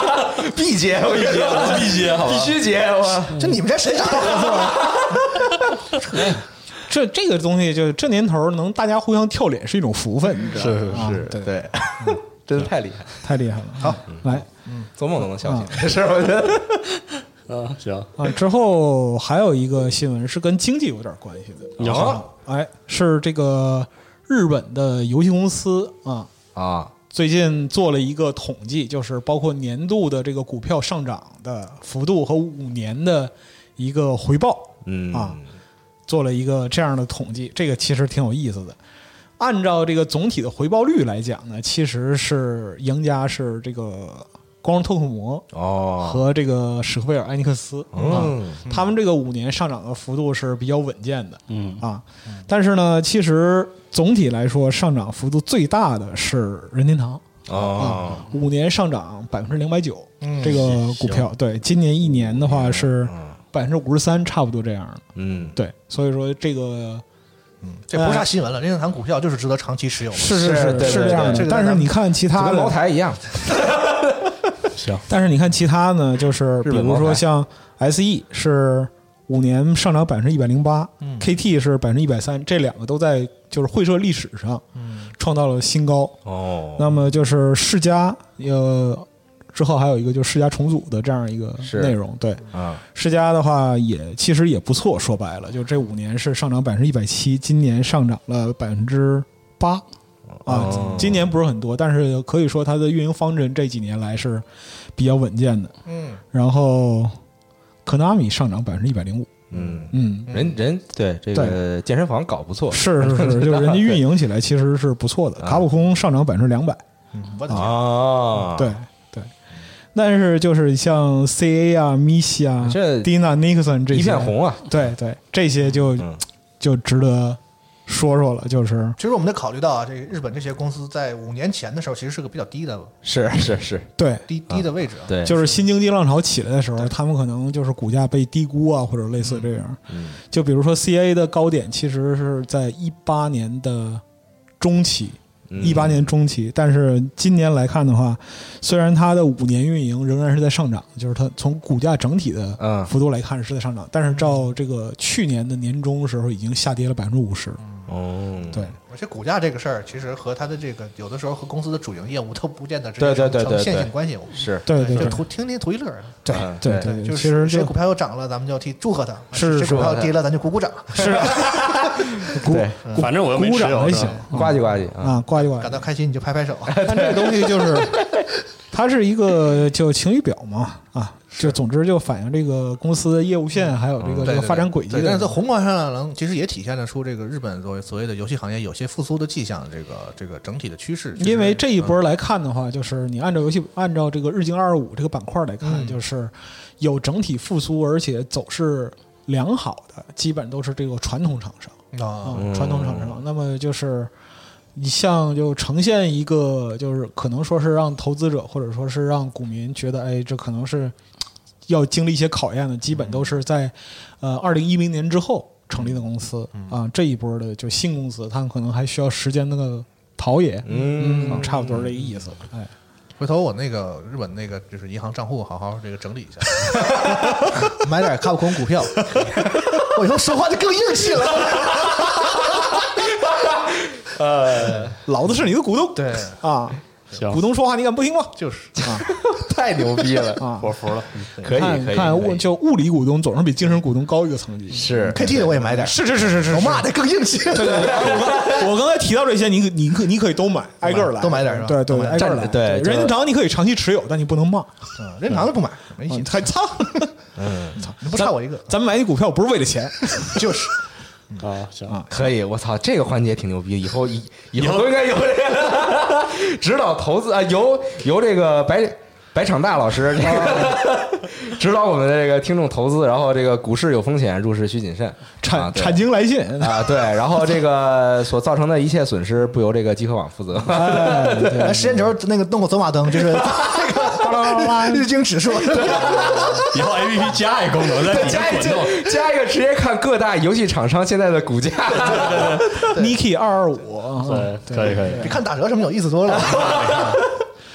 D: 必接，我必接，必接， 必须接， 我
F: 就你们这谁找的合作啊？
E: 这这个东西就这年头能大家互相跳脸是一种福分，你知道吗？啊对，
D: 对，真的太厉害，
E: 太厉害了。好，来
D: 做梦都能笑醒，这事儿我觉得
G: 嗯，行，
E: 啊，之后还有一个新闻是跟经济有点关系的，
G: 你好，
E: 哎，是这个日本的游戏公司啊，
D: 啊，
E: 最近做了一个统计，就是包括年度的这个股票上涨的幅度和五年的一个回报，
D: 嗯
E: 啊，做了一个这样的统计，这个其实挺有意思的。按照这个总体的回报率来讲呢，其实是赢家是这个光荣特库摩
D: 哦，
E: 和这个史克威尔艾尼克斯，
D: 嗯
E: 啊，他们这个五年上涨的幅度是比较稳健的，
G: 嗯
E: 啊，但是呢，其实总体来说上涨幅度最大的是任天堂，啊
D: 哦，
E: 五年上涨百分之零百九，
F: 嗯
D: 嗯
E: 这个股票对，今年一年的话是百分之五十三，差不多这样的。
D: 嗯，
E: 对，所以说这个
F: 这不是啥新闻了，任天堂股票就是值得长期持有嘛。
E: 哎是
D: 是
E: 是
D: 对
E: 是
D: 对
E: 这样
D: 对
F: 这
E: 的
F: 个，
E: 但
F: 咱
E: 是
F: 们
E: 你看其
D: 就
E: 他
D: 跟茅
E: 的，
D: 台一样，
G: 行，
E: 但是你看其他呢，就是比
D: 日本茅
E: 如
D: 台
E: 说像 SE 是五年上涨百分之一百零八，KT
F: 嗯
D: 嗯
E: 是百分之一百三，这两个都在就是会社历史上
F: 嗯
E: 创造了新高。
D: 哦，
E: 那么就是世嘉，呃，之后还有一个就是世嘉重组的这样一个
D: 是
E: 内容。对，
D: 啊，
E: 世嘉的话也其实也不错，说白了，就这五年是上涨百分之一百七，今年上涨了百分之八。啊
D: 哦，
E: 今年不是很多，但是可以说它的运营方针这几年来是比较稳健的。
F: 嗯，
E: 然后，Konami 上涨百分之一百零五，
D: 嗯，
E: 嗯，
D: 人人对这个健身房搞不错，
E: 是是是，就是 人家运营起来其实是不错的。卡普空上涨百分之两百，
F: 嗯我的天，
D: 啊，
E: 对，对，但是就是像 CA 啊、Misi 啊、
D: 这
E: Dina Nixon 这些
D: 一片，红啊，
E: 对对，这些就、
D: 嗯
E: 就值得说说了，就是
F: 其实我们得考虑到啊，这个日本这些公司在五年前的时候其实是个比较低的
D: 是是是，
E: 对。
F: 低低的位置啊。
D: 对，
E: 就是新经济浪潮起来的时候，他们可能就是股价被低估啊，或者类
D: 嗯
E: 似这样。就比如说 CA 的高点其实是在一八年的中期，
D: 嗯
E: 一八年中期，但是今年来看的话，虽然它的五年运营仍然是在上涨，就是它从股价整体的
D: 嗯
E: 幅度来看是在上涨，但是照这个去年的年中时候已经下跌了百分之五十，
D: 哦，
E: 对
F: 而且股价这个事儿，其实和它的这个有的时候和公司的主营业务都不见得直
D: 对
F: 接
D: 对对
F: 成
D: 对
F: 线
D: 对
F: 性关系。我们
D: 是，
E: 对对
F: 就
E: 对
F: 图听听图一乐儿，啊
E: 对
D: 嗯
E: 对
D: 对
E: 对，
F: 就
E: 其
F: 是
E: 实
F: 谁
E: 就
F: 股票又涨了，咱们就替祝贺它；
E: 是
F: 谁
E: 是
F: 股票
D: 是
F: 跌了，咱就鼓鼓 掌，
E: 是啊鼓
D: 对
G: 反正我又没
E: 鼓
G: 持
E: 掌
G: 有
E: 还
G: 是
E: 行
G: 吧？
D: 呱唧呱唧啊，
E: 啊，呱唧呱唧
F: 嗯感。到开心你就
E: 哎
F: 拍拍手。
E: 但这个东西就是，它是一个就晴雨表嘛，啊，就总之就反映这个公司的业务线还有这个这
F: 嗯对
E: 个
F: 对
E: 发展轨 迹
F: 对但是在
E: 的。
F: 宏观上能其实也体现得出这个日本所谓所谓的游戏行业有些复苏的迹象，这个这个整体的趋势。就是
E: 因为这一波
F: 嗯
E: 来看的话，就是你按照游戏按照这个日经二五这个板块来
F: 嗯
E: 看，就是有整体复苏而且走势良好的，基本都是这个传统厂商。
F: 啊，
D: 嗯
E: 啊，传统厂商。那么就是你像就呈现一个，就是可能说是让投资者或者说是让股民觉得，哎，这可能是要经历一些考验的，基
D: 嗯
E: 本都是在呃二零一零年之后成立的公司
D: 嗯
E: 啊，这一波的就新公司，他们可能还需要时间那个陶冶，嗯，啊差不多这个意思，
D: 嗯
E: 哎。
F: 回头我那个日本那个就是银行账户好好这个整理一下，
H: 买点卡普空股票，
F: 我以后说话就更硬气了。
E: 老子是你的股东，
F: 对
E: 啊，
G: 行，
E: 股东说话你敢不听吗？
F: 就是
H: 太牛逼了！
E: 啊，
G: 我服了。
D: 可以
E: 看
D: 可以
E: 看
D: 可以
E: 物就物理股东总是比精神股东高一个层级，
D: 是
F: KT 的我也买点，
E: 是是是是是，
F: 我骂的更硬气。
E: 我刚才提到这些，你可你可你可以都买，挨个儿来，
F: 都买点是吧
E: 对对，挨个儿来。
D: 对就
E: 任天堂你可以长期持有，但你不能骂，
F: 嗯任堂就不买，没意
E: 你
F: 思，
E: 太操！
F: 你不差我一个。
E: 咱们买你股票不是为了钱，
F: 就是
G: 啊，行
D: 可以，我操，这个环节挺牛逼，以后以以后都应该有这个指导投资啊，由由这个白白场大老师这个 指导我们这个听众投资，然后这个股市有风险，入市需谨慎，啊
E: 产
D: 对
E: 产经来信，
D: 啊，对，然后这个所造成的一切损失不由这个集合网负责。
F: 哎时间轴那个弄个走马灯，就是日经指数。
G: 以后 A P P 加一功能，在底下
D: 加一
G: 滚动。
D: 个加一个，直接看各大游戏厂商现在的股价。
E: Niki 二二五，啊
G: 对，可以可以。
F: 比看打折什么有意思多了。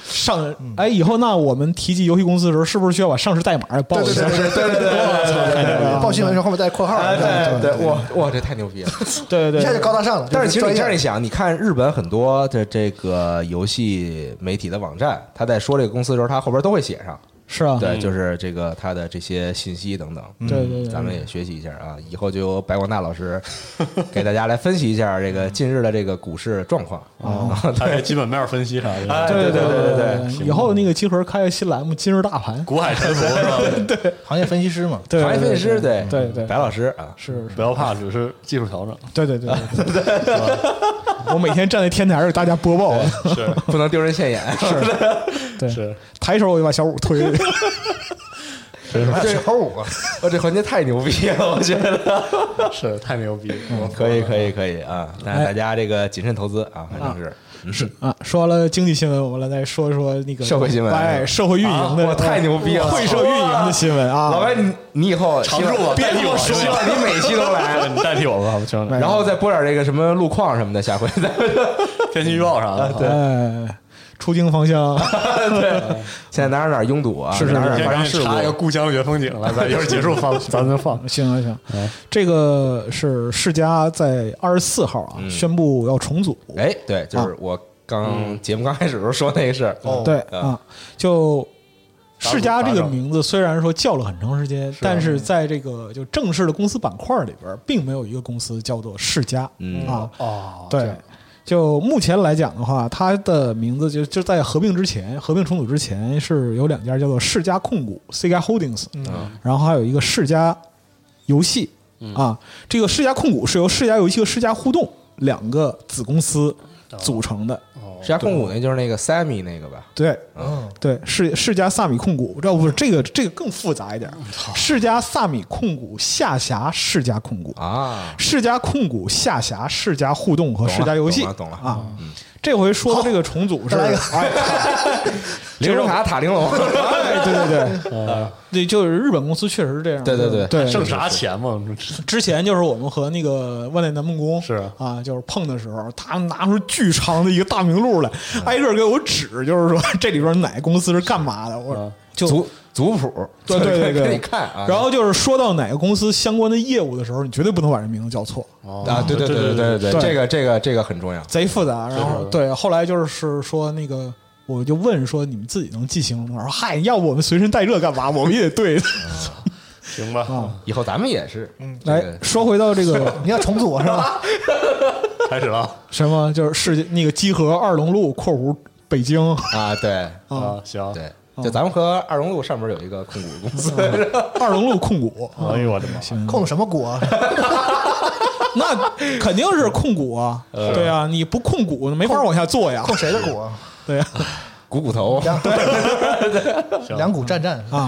E: 上哎，以后那我们提及游戏公司的时候，是不是需要把上市代码也报一下？
D: 对对
F: 对报新闻的时候后面带括号，
D: 对对，哇哇，这太牛逼了！
E: 对
F: 一
E: 对
F: 下就
E: 对，
F: 高大上了。
D: 但是其实
F: 就
D: 你这样
F: 专
D: 一
F: 业
D: 想，你看日本很多的这个游戏媒体的网站，他在说这个公司的时候，他后边都会写上，
E: 是啊，
D: 对，就是这个他的这些信息等等。
E: 对对对
D: 咱们也学习一下啊，以后就由白广大老师给大家来分析一下这个近日的这个股市状况。啊，
G: 还哎有基本面分析啥
E: 哎
G: 的，
D: 对对对对对，
E: 以后那个集合开个新栏目《今日大盘》，
G: 股海沉浮是吧？
F: 行业分析师嘛，
E: 对
D: 行业分析师对
E: 对对
D: 白老师啊，
E: 是，
G: 不要怕，只是技术调整。
E: 对对对对对对，我每天站在天台上给大家播报，
D: 不能丢人现眼。
E: 对，
G: 是
E: 抬手我就把小五推 了。
F: 小五
D: 我这环节太牛逼了，我觉得。
G: 是，太牛逼了！
D: 可以可以可以啊，
E: 哎
D: 但是大家这个谨慎投资啊，反正是
E: 是 啊，说完了经济新闻，我们来再说说那个
D: 社会新闻
E: 哎，社会运营的，
D: 啊我太牛逼了
E: 会社运营的新闻啊，
D: 老白，你你以后
G: 常驻吧
D: 别
G: 代替我
D: 希
G: 说
D: 望你每期都 来，
G: 哎你代替我吧，我听着。
D: 然后再播点这个什么路况什么的，下回 再
G: 天气预报啊啥的，对，
E: 哎，出京 方向，
D: 对。现在哪儿哪儿拥堵啊，
E: 嗯是是
D: 哪儿哪儿
G: 先
D: 发
G: 赶
D: 生
G: 紧
D: 事
G: 查一个
D: 故，啊
G: 故乡的原风景来，咱一会儿结束放， 咱们放。
E: 行行
D: 哎
E: 行，这个是世嘉在二十四号啊宣布要重组，
D: 嗯哎，对，
E: 啊
D: 就是我
E: 嗯
D: 刚节目刚开始的时候说那个事儿，
E: 对
D: 嗯
E: 啊，就
G: 打
E: 世嘉
G: 住
E: 这
G: 打
E: 个
G: 住
E: 名字虽然说叫了很长时间，但是在这个就正式的公司板块里边，并没有一个公司叫做世嘉
D: 嗯
E: 啊。
G: 哦，
E: 对，就目前来讲的话，它的名字就就在合并之前，合并重组之前是有两家叫做世嘉控股 （CK Holdings），、然后还有一个世嘉游戏、啊。这个世嘉控股是由世嘉游戏和世嘉互动两个子公司组成的。
D: 世家控股那就是那个 Sammy 那个吧，
E: 对，
D: 哦
E: 对，世世嘉萨米控股，这不是这个这个更复杂
D: 嗯
E: 一点儿，世嘉萨米控股下辖世嘉控股，
D: 啊，
E: 世嘉控股下辖世嘉互动和世嘉游戏，
D: 懂了懂了嗯懂了
E: 啊。这回说的这个重组是，
F: 来一个
E: 哎，
D: 玲珑塔塔玲 珑，
E: 哎对对对，
G: 嗯
E: 对，就是日本公司确实是这样，
D: 对对对
E: 对，
G: 挣啥钱嘛？
E: 之前就是我们和那个万代南梦宫
G: 是
E: 啊，就是碰的时候，他拿出巨长的一个大名录来，
D: 嗯
E: 挨个给我指，就是说这里边哪个公司是干嘛的，
D: 嗯
E: 我就
D: 族族谱，
E: 对对对对，
D: 给你看啊，
E: 然后就是说到哪个公司相关的业务的时候，你绝对不能把人名字叫错，
G: 哦
D: 啊，对对对对对对
E: 对
D: 对，这个这个这个很重要。
E: 贼复杂。然后对，后来就是说那个，我就问说你们自己能记清楚吗？说嗨，要不我们随身带这干嘛？我们也得对。
G: 行吧，
D: 以后咱们也是，嗯，
E: 来说回到这个
F: 你要重组是吧？
G: 开始了
E: 什么，就是世界那个集合二龙路（括弧北京
D: 啊，对
G: 啊，行，
D: 对，就咱们和二荣路上面有一个控股公司，
E: 二龙路控股，啊
G: 哎呦我的妈！
F: 控什么股啊？
E: 那肯定是控股啊，对啊，你不控股没法往下做呀，
F: 控谁的股啊？
E: 对啊，
D: 股骨头。
F: 两股战战，
E: 啊，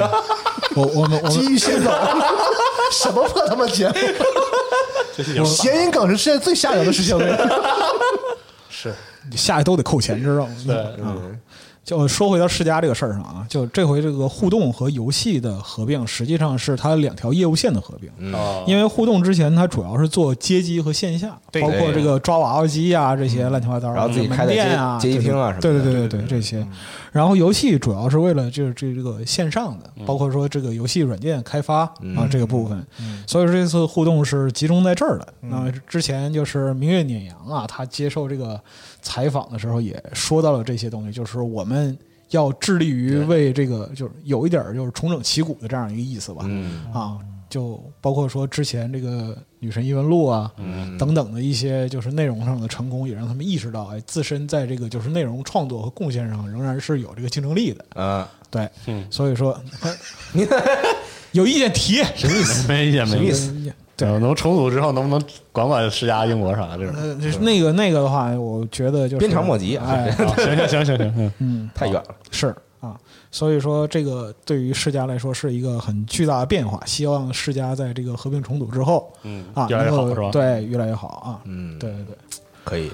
E: 我我们我们
F: 机遇先走，什么破他妈节目？谐音梗是世界最下流的事情 了。
E: 下去都得扣钱，知道吗？对，嗯。就说回到世嘉这个事儿上啊，就这回这个互动和游戏的合并，实际上是它两条业务线的合并。
D: 嗯
G: 哦
E: 因为互动之前它主要是做街机和线下，
G: 对
E: 包括这个抓娃娃机啊这些乱七八糟的，
D: 然后自己
E: 门
D: 开的
E: 店
D: 街
E: 啊、
D: 街机厅啊
E: 这种
D: 什么的
E: 对对对对对这
D: 嗯
E: 些。然后游戏主要是为了就是这这个线上的，
D: 嗯
E: 包括说这个游戏软件开发啊这个部分，
D: 嗯
E: 所以说这次互动是集中在这儿的。那之前就是明月碾阳啊，他接受这个采访的时候也说到了这些东西，就是我们。要致力于为这个，就是有一点儿就是重整旗鼓的这样一个意思吧。
D: 嗯，
E: 啊，就包括说之前这个《女神异闻录》啊，
D: 嗯
E: 等等的一些就是内容上的成功，也让他们意识到，哎，自身在这个就是内容创作和贡献上仍然是有这个竞争力的。
D: 啊，
E: 对，所以说 有意见提，
G: 什么意思？没意见，没意思。
E: 对，
G: 呃能重组之后能不能管管施压英国啥这种？
E: 呃，就是那个那个的话，我觉得就是
D: 鞭长莫及啊
E: 哎，
G: 啊行行行行行，嗯
D: 太远了。
E: 是啊，所以说这个对于世家来说是一个很巨大的变化。希望世家在这个合并重组之后，
G: 嗯
E: 啊，
G: 越来越好
E: 能够
G: 是吧
E: 对，越来越好啊。
D: 嗯
E: 对对对，
D: 可以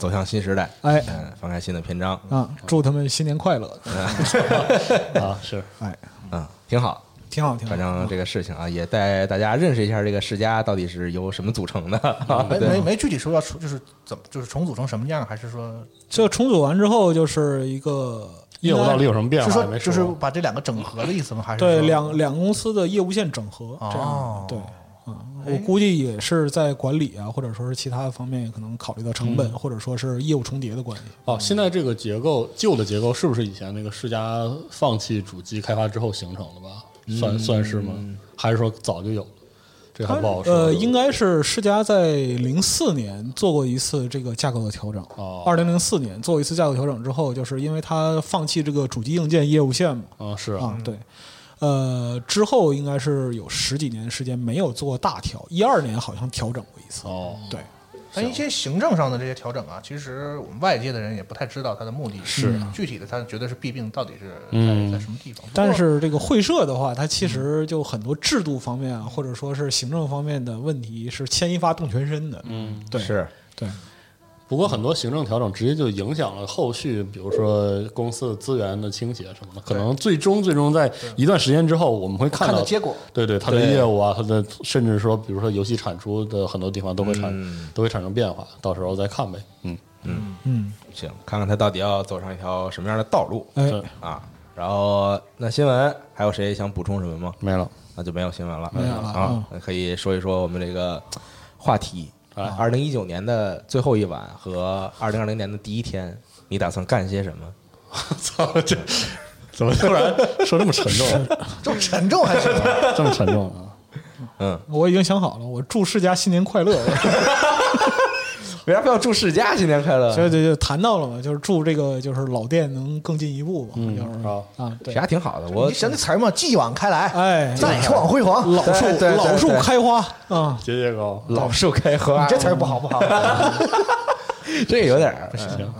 D: 走向新时代，
E: 哎
D: 嗯，翻开新的篇章，
E: 啊，祝他们新年快乐！
G: 啊是
E: 哎，
D: 嗯，挺好。
E: 挺好，挺好
D: 反。正这个事情啊，也带大家认识一下这个世家到底是由什么组成的。
E: 嗯
F: 没
D: 对
F: 没没具体说要出，就是怎么就是重组成什么样，还是说
E: 这重组完之后就是一个
G: 业务到底有什么变
F: 是
G: 化？
F: 说
G: 也没
F: 就是把这两个整合的意思吗？还是
E: 对
F: 说
E: 两两公司的业务线整合这样的
F: 哦
E: 对。啊，
G: 哎
E: 我估计也是在管理啊，或者说是其他方面，可能考虑到成
G: 嗯
E: 本，或者说是业务重叠的关系。
G: 哦，现在这个结构旧的结构是不是以前那个世嘉放弃主机开发之后形成的吧？算算是吗？还是说早就有了？这还不好说。
E: 呃，应该是世嘉在零四年做过一次这个架构的调整。
G: 哦
E: 二零零四年做一次架构调整之后，就是因为它放弃这个主机硬件业务线嘛，
G: 啊是
E: 啊，对，呃，之后应该是有十几年时间没有做大调，一二年好像调整过一次。
G: 哦
E: 对，
F: 但一些行政上的这些调整啊，其实我们外界的人也不太知道它的目的
G: 是啊
F: 具体的，他觉得是弊病到底是
G: 嗯
F: 在在什么地方。
E: 但
F: 不过
E: 是这个会社的话，它其实就很多制度方面啊，或者说是行政方面的问题是牵一发动全身的。嗯，对，
D: 是，
E: 对，
G: 不过很多行政调整直接就影响了后续，比如说公司的资源的倾斜什么的，可能最终最终在一段时间之后，我们会看
F: 看
G: 到
F: 到结果。
G: 对对，它的业务啊，它的甚至说，比如说游戏产出的很多地方都会产、都会产生变化，到时候再看呗。嗯，
E: 嗯，
D: 行，看看他到底要走上一条什么样的道路
E: 哎，
G: 对
D: 啊。然后，那新闻还有谁想补充什么吗？
G: 没了。
D: 那就没有新闻了，
E: 没有了嗯
D: 啊。那可以说一说我们这个话题。
G: 哎
D: 二零一九年的最后一晚和二零二零年的第一天，你打算干些什么？
G: 操，这怎么突然说这么沉重啊、
F: 这么沉重还是什么
G: 这么沉重啊？
E: 我已经想好了，我祝世家新年快乐。
D: 为啥非要祝世家新年快乐？
E: 所以就就谈到了嘛，就是祝这个就是老店能更进一步吧，就是
G: 好
E: 啊，对
D: 谁，还挺好的，我
F: 你想那词儿嘛，继往开来，
E: 哎
F: 再往辉煌。
E: 老树
D: 对对对
E: 老树
D: 对
E: 开花啊，
G: 节节高，
D: 老树开花，
F: 这词儿不好不 好，
D: 这有点儿嗯
G: 行，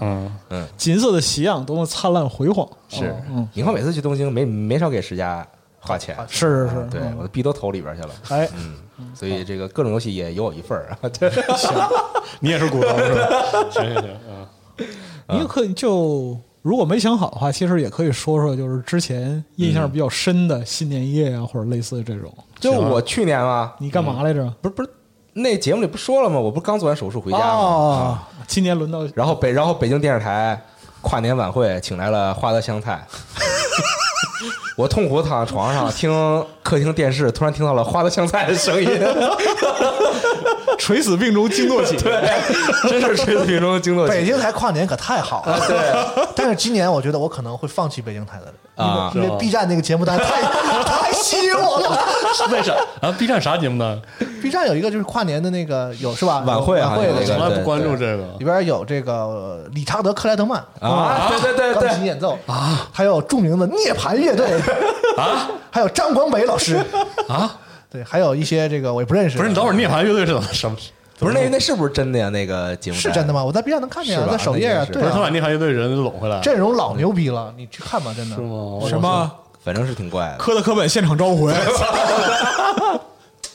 G: 嗯，
E: 金色的斜阳多么灿烂辉煌，
D: 是
E: 嗯。
D: 你看每次去东京没没少给世家花钱，
E: 是是
D: 啊
E: 是，
D: 对
E: 嗯
D: 我的币都投里边去了，嗯
E: 哎，
D: 所以这个各种游戏也有我一份儿啊。 对
G: 你也是股东是 吧？行行行，嗯，
E: 你也可以就如果没想好的话，其实也可以说说，就是之前印
D: 嗯
E: 象比较深的新年夜啊，或者类似的这种。
D: 就我去年嘛，
E: 你干嘛来着？
D: 不是不是那节目里不说了吗？我不是刚做完手术回家啊吗？
E: 哦，今年轮到
D: 然后北然后北京电视台跨年晚会请来了花德香菜， 我痛苦地躺在床上，听客厅电视，突然听到了花的香菜的声音，
E: 垂死病中惊坐起，
D: 真是垂死病中惊坐起。
F: 北京台跨年可太好
D: 啊
F: 了，对。但是今年我觉得我可能会放弃北京台的了，
D: 啊
F: 因为因为 B 站那个节目单太 太吸引我了。
G: 为啥啊？B 站啥节目呢？
F: B 站有一个就是跨年的那个有是吧？
D: 晚会啊
F: 晚会
D: 对
G: 我
F: 那
D: 对
G: 从
F: 个
G: 来不关注
D: 对
G: 这个
F: 里边有这个呃理查德克莱德曼
D: 啊，对对对
F: 钢琴
D: 对，
F: 演奏啊，还有著名的涅槃乐队啊，还有张广北老师，
G: 啊！
F: 对，还有一些这个我也不认识。
G: 不是你等会儿涅槃乐队是怎么什么？
D: 不是那那是不是真的呀？那个节目
F: 是真的
D: 吗？
F: 吗？我在 B 站能看见啊
D: 是，吧
F: 在首页
D: 那应该
F: 啊，
D: 是
F: 对
G: 不是他把
F: 啊，
G: 涅槃乐队人拢回来？
F: 阵容老牛逼了，你去看吧，真的
G: 是吗？
E: 什么
D: 反正是挺怪的。
E: 科特科本现场召回，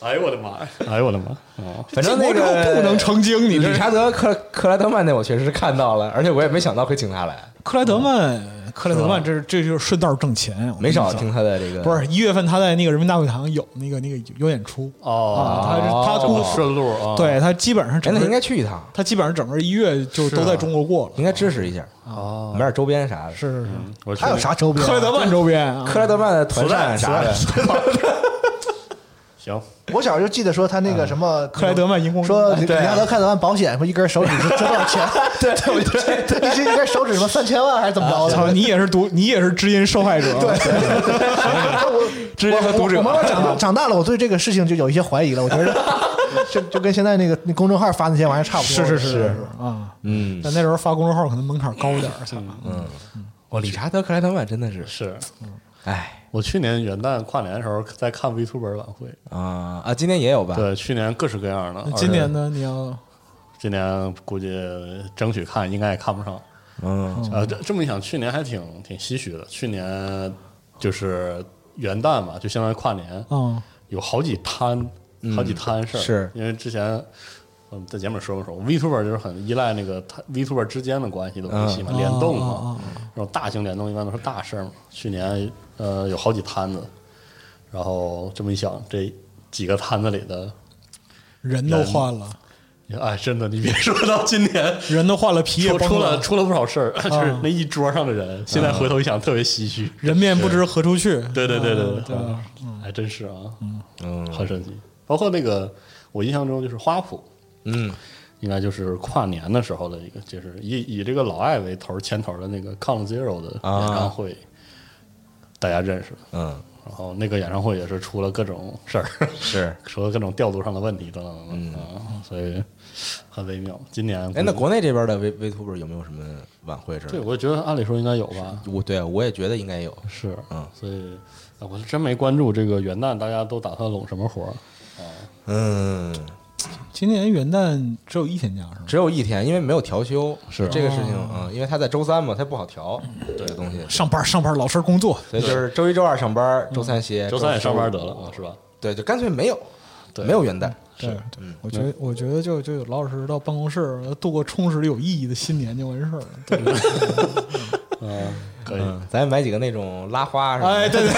G: 哎呦我的妈呀！哎呦我的妈！哦，
D: 反 正那
E: 建国之
D: 个
E: 后不能成精，你这
D: 理 查德克克莱德曼那我确实是看到了，而且我也没想到会请他来，
E: 克莱德曼，克莱德曼这这就是顺道挣钱，我跟你
D: 没少
E: 讲
D: 听。他的这个
E: 不是一月份他在那个人民大会堂有那个那个有演出
G: 哦
E: 啊，他是他
G: 这么
E: 估
G: 顺路啊？，
E: 对他基本上
D: 哎，
E: 整
D: 那应
E: 个
D: 该啊去一趟，
E: 他基本上整个一月就都在中国过了，
D: 应该支持一下哦，买点周边啥的。
E: 是是是，
G: 我去
F: 还有啥周边啊？
E: 克莱德曼周边啊，
D: 克莱德曼的团扇啥的，
G: 行？
F: 我小时候就记得说他那个什么
E: 克莱德曼荧哎光
F: 说理
D: 对啊
F: 查德克莱德曼保险说一根手指是值多少钱？对对对， 一根手指什么三千万还是怎么着
E: 我操，
F: 的？
E: 你也是毒，你也是知音受害者，
D: 知音和读者
F: 我慢慢长 大长大了，我对这个事情就有一些怀疑了。我觉得就就跟现在那个那公众号发那些玩意儿差不多。
E: 是是是是啊，
D: 嗯，
E: 但那时候发公众号可能门槛高点儿，操
D: 我理查德克莱德曼真的是，
G: 是
D: 哎
G: 我去年元旦跨年的时候在看 VTuber 晚会，
D: 啊啊，今天也有吧？
G: 对，去年各式各样的。
E: 那今年呢？你要
G: 今年估计争取看，应该也看不上。
D: 嗯，
G: 呃，这这么一想，去年还挺挺唏嘘的。去年就是元旦嘛，就相当于跨年，
E: 嗯，
G: 有好几摊，好几摊事儿、
D: 是
G: 因为之前我们在节目里说过说，Vtuber 就是很依赖那个它 Vtuber 之间的关系的维系嘛，联动嘛，这种大型联动一般都是大事儿嘛。去年呃有好几摊子，然后这么一想，这几个摊子里的。
E: 人都换了，
G: 哎，真的，你别说到今年，
E: 人都换了，皮也
G: 出出
E: 崩
G: 了，出了不少事儿，就是那一桌上的人，现在回头一想特别唏嘘。
E: 人面不知何处去，
G: 对对对
E: 啊
G: 对
E: 对吧，
G: 还真是啊，嗯，很神奇。包括那个，我印象中就是花圃，
D: 嗯，
G: 应该就是跨年的时候的一个，就是以以这个老艾为头儿牵头的那个 Count Zero 的
D: 啊
G: 演唱会，大家认识了。
D: 嗯，
G: 然后那个演唱会也是出了各种事儿，
D: 是。 嗯
G: 出了各种调度上的问题等等等等啊，所以很微妙。今年
D: 哎，那国内这边的 V V Tuber 有没有什么晚会之类
G: 对，
D: 的？
G: 我觉得按理说应该有吧，
D: 我对啊我也觉得应该有。
G: 是，
D: 嗯
G: 所以啊我是真没关注这个元旦大家都打算拢什么活儿。
D: 嗯，
E: 今年元旦只有一天假是吗？
D: 只有一天，因为没有调休，
G: 是
D: 这个事情嗯，因为他在周三嘛，他不好调这个东西，
E: 上班上班，老实工作，
D: 所以就是周一、周二上班，周三歇，
G: 嗯周三也
D: 四嗯
G: 上班得了，啊，是吧？
D: 对，就干脆没有，
G: 对哎
D: 没有元旦。
E: 对对，我觉得我觉得就就老老实实到办公室度过充实有意义的新年就完事儿了。对
G: 嗯，可以。
D: 嗯，咱也买几个那种拉花什么的。
E: 哎，对对，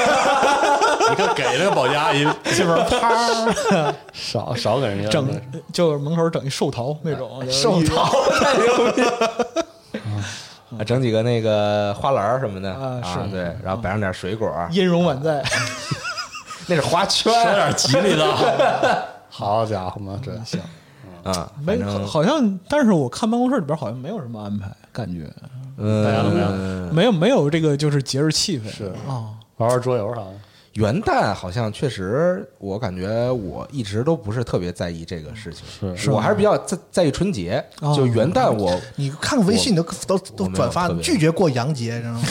G: 你看给这个保洁阿 姨
E: 这边啪
G: 少少给人家
E: 整，就是门口整一寿桃那种寿桃，
D: 啊，整几个那个花篮儿什么的
E: 啊是
D: 对，
G: 嗯
D: 然后摆上点水果，
E: 音容宛在，
D: 那是花圈
G: 说点吉利的。 好家伙嘛，
E: 嗯
G: 这行
D: 啊，
E: 没
D: 反正
E: 好像，但是我看办公室里边好像没有什么安排，感觉
G: 大家怎么
D: 嗯，
G: 样？
E: 没有没有这个就是节日气氛
G: 是
E: 啊，
G: 玩玩桌游啥的？
D: 元旦好像确实，我感觉我一直都不是特别在意这个事情，
G: 是
D: 我还是比较在在意春节，
E: 哦
D: 就元旦 我
F: 你看微信都都都
D: 我没有
F: 转发
D: 特，别
F: 拒绝过洋节， 知道吗？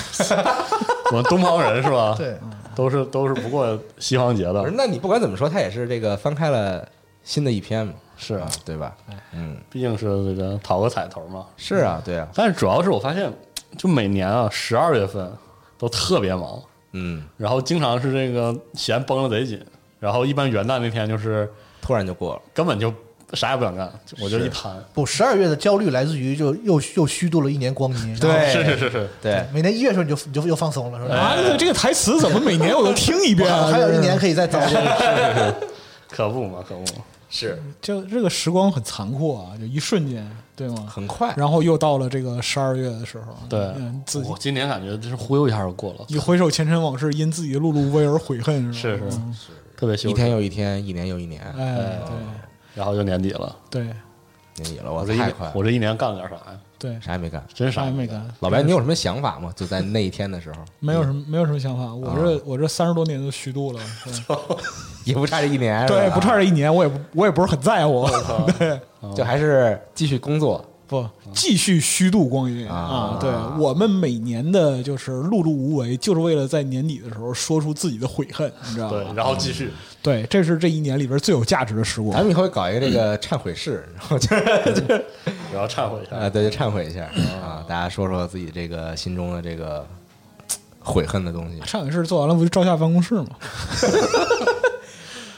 G: 我们东方人是吧？
F: 对，
G: 都是都是不过西方节
D: 不是，
G: 的，
D: 那你不管怎么说，它也是这个翻开了新的一篇嘛，
G: 是
D: 啊，
G: 啊
D: 对吧？嗯，
G: 毕竟是这个讨个彩头嘛。
D: 是啊，对啊，
G: 但是主要是我发现，就每年啊十二月份都特别忙，
D: 嗯，
G: 然后经常是这个弦绷得贼紧，然后一般元旦那天就是
D: 突然就过了，
G: 根本就啥也不想干，就我就是一摊。
F: 不，十二月的焦虑来自于就又又虚度了一年光阴。然后
D: 对哎
G: 是是是 是，
D: 对，
F: 每年一月的时候你就你就又放松了，是吧？
E: 啊，这个台词怎么每年我都听一遍 啊？
F: 还有一
E: 这是
F: 年可以再糟践。
G: 可不嘛，可不嘛。
D: 是
E: 就这个时光很残酷啊，就一瞬间，对吗？
D: 很快
E: 然后又到了这个十二月的时候，
G: 对
E: 嗯，自己
G: 我今年感觉就是忽悠一下就过了，
E: 一回首前尘往事，因自己的碌碌无为而悔恨，
G: 是
E: 吧？
G: 是
E: 嗯
G: 特别羞
D: 一
G: 耻
D: 天又一天，一年又一年，
E: 哎，
G: 然后就年底了，
E: 对对
D: 年底了，我
G: 我这一
D: 太
G: 年
D: 快了，
G: 我这一年干了点啥呀？
E: 对，
D: 啥也没干。
G: 真
E: 啥
G: 啥
E: 也
G: 也
E: 没
G: 没
E: 干，
D: 老白，你有什么想法吗？就在那一天的 时候，
E: 没有什么没有什么想法。我这我这三十多年的虚度了，对
D: 也不差这一年，
E: 对
D: 是，吧
E: 不差这一年，我也不我也不是很在乎，对，
D: 就还是继续工作，
E: 不继续虚度光阴啊
D: 啊！
E: 对我们每年的就是碌碌无为，就是为了在年底的时候说出自己的悔恨，你知道
G: 对
E: 吗，？
G: 然后继续，
E: 对，这是这一年里边最有价值的时
D: 咱
E: 光。
D: 们以后会搞一个这个忏悔 室，然后就是
G: 然后忏悔一下
D: 啊，。对，就忏悔一下啊，大家说说自己这个心中的这个悔恨的东西。
E: 忏悔室做完了，不就照下办公室吗？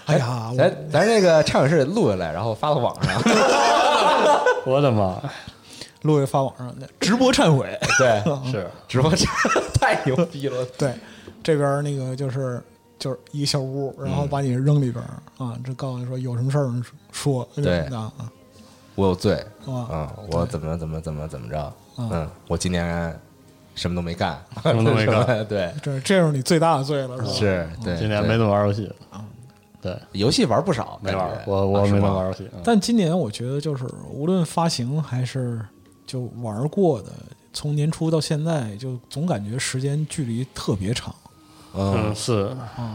E: 哎呀，我
D: 咱咱这个忏悔室录下来，然后发到网 上，
G: 我的妈，
E: 陆爷发网上的直播忏悔，
D: 对，
G: 是
D: 直播间 太牛逼了，
E: 对，这边那个就是就是一个小屋，然后把你扔里边儿啊，这告诉你说有什么事儿说，
D: 对
E: 啊啊
D: 我有罪，
E: 啊
D: 嗯，我怎么怎么怎么怎么着，嗯，我今年什么都没干，
G: 什么都没干
D: 什么，对，
E: 这这是你最大的罪了，是吧？
D: 是，对，
G: 今年
D: 对
G: 没怎么玩游戏，对，
D: 游戏玩不少，
G: 没
D: 感
G: 玩
D: 觉
G: 儿，我我
D: 啊是
G: 没怎
D: 吗
G: 么玩游戏。嗯
E: 但今年我觉得就是无论发行还是就玩过的，从年初到现在，就总感觉时间距离特别长。
D: 嗯
G: 嗯，，是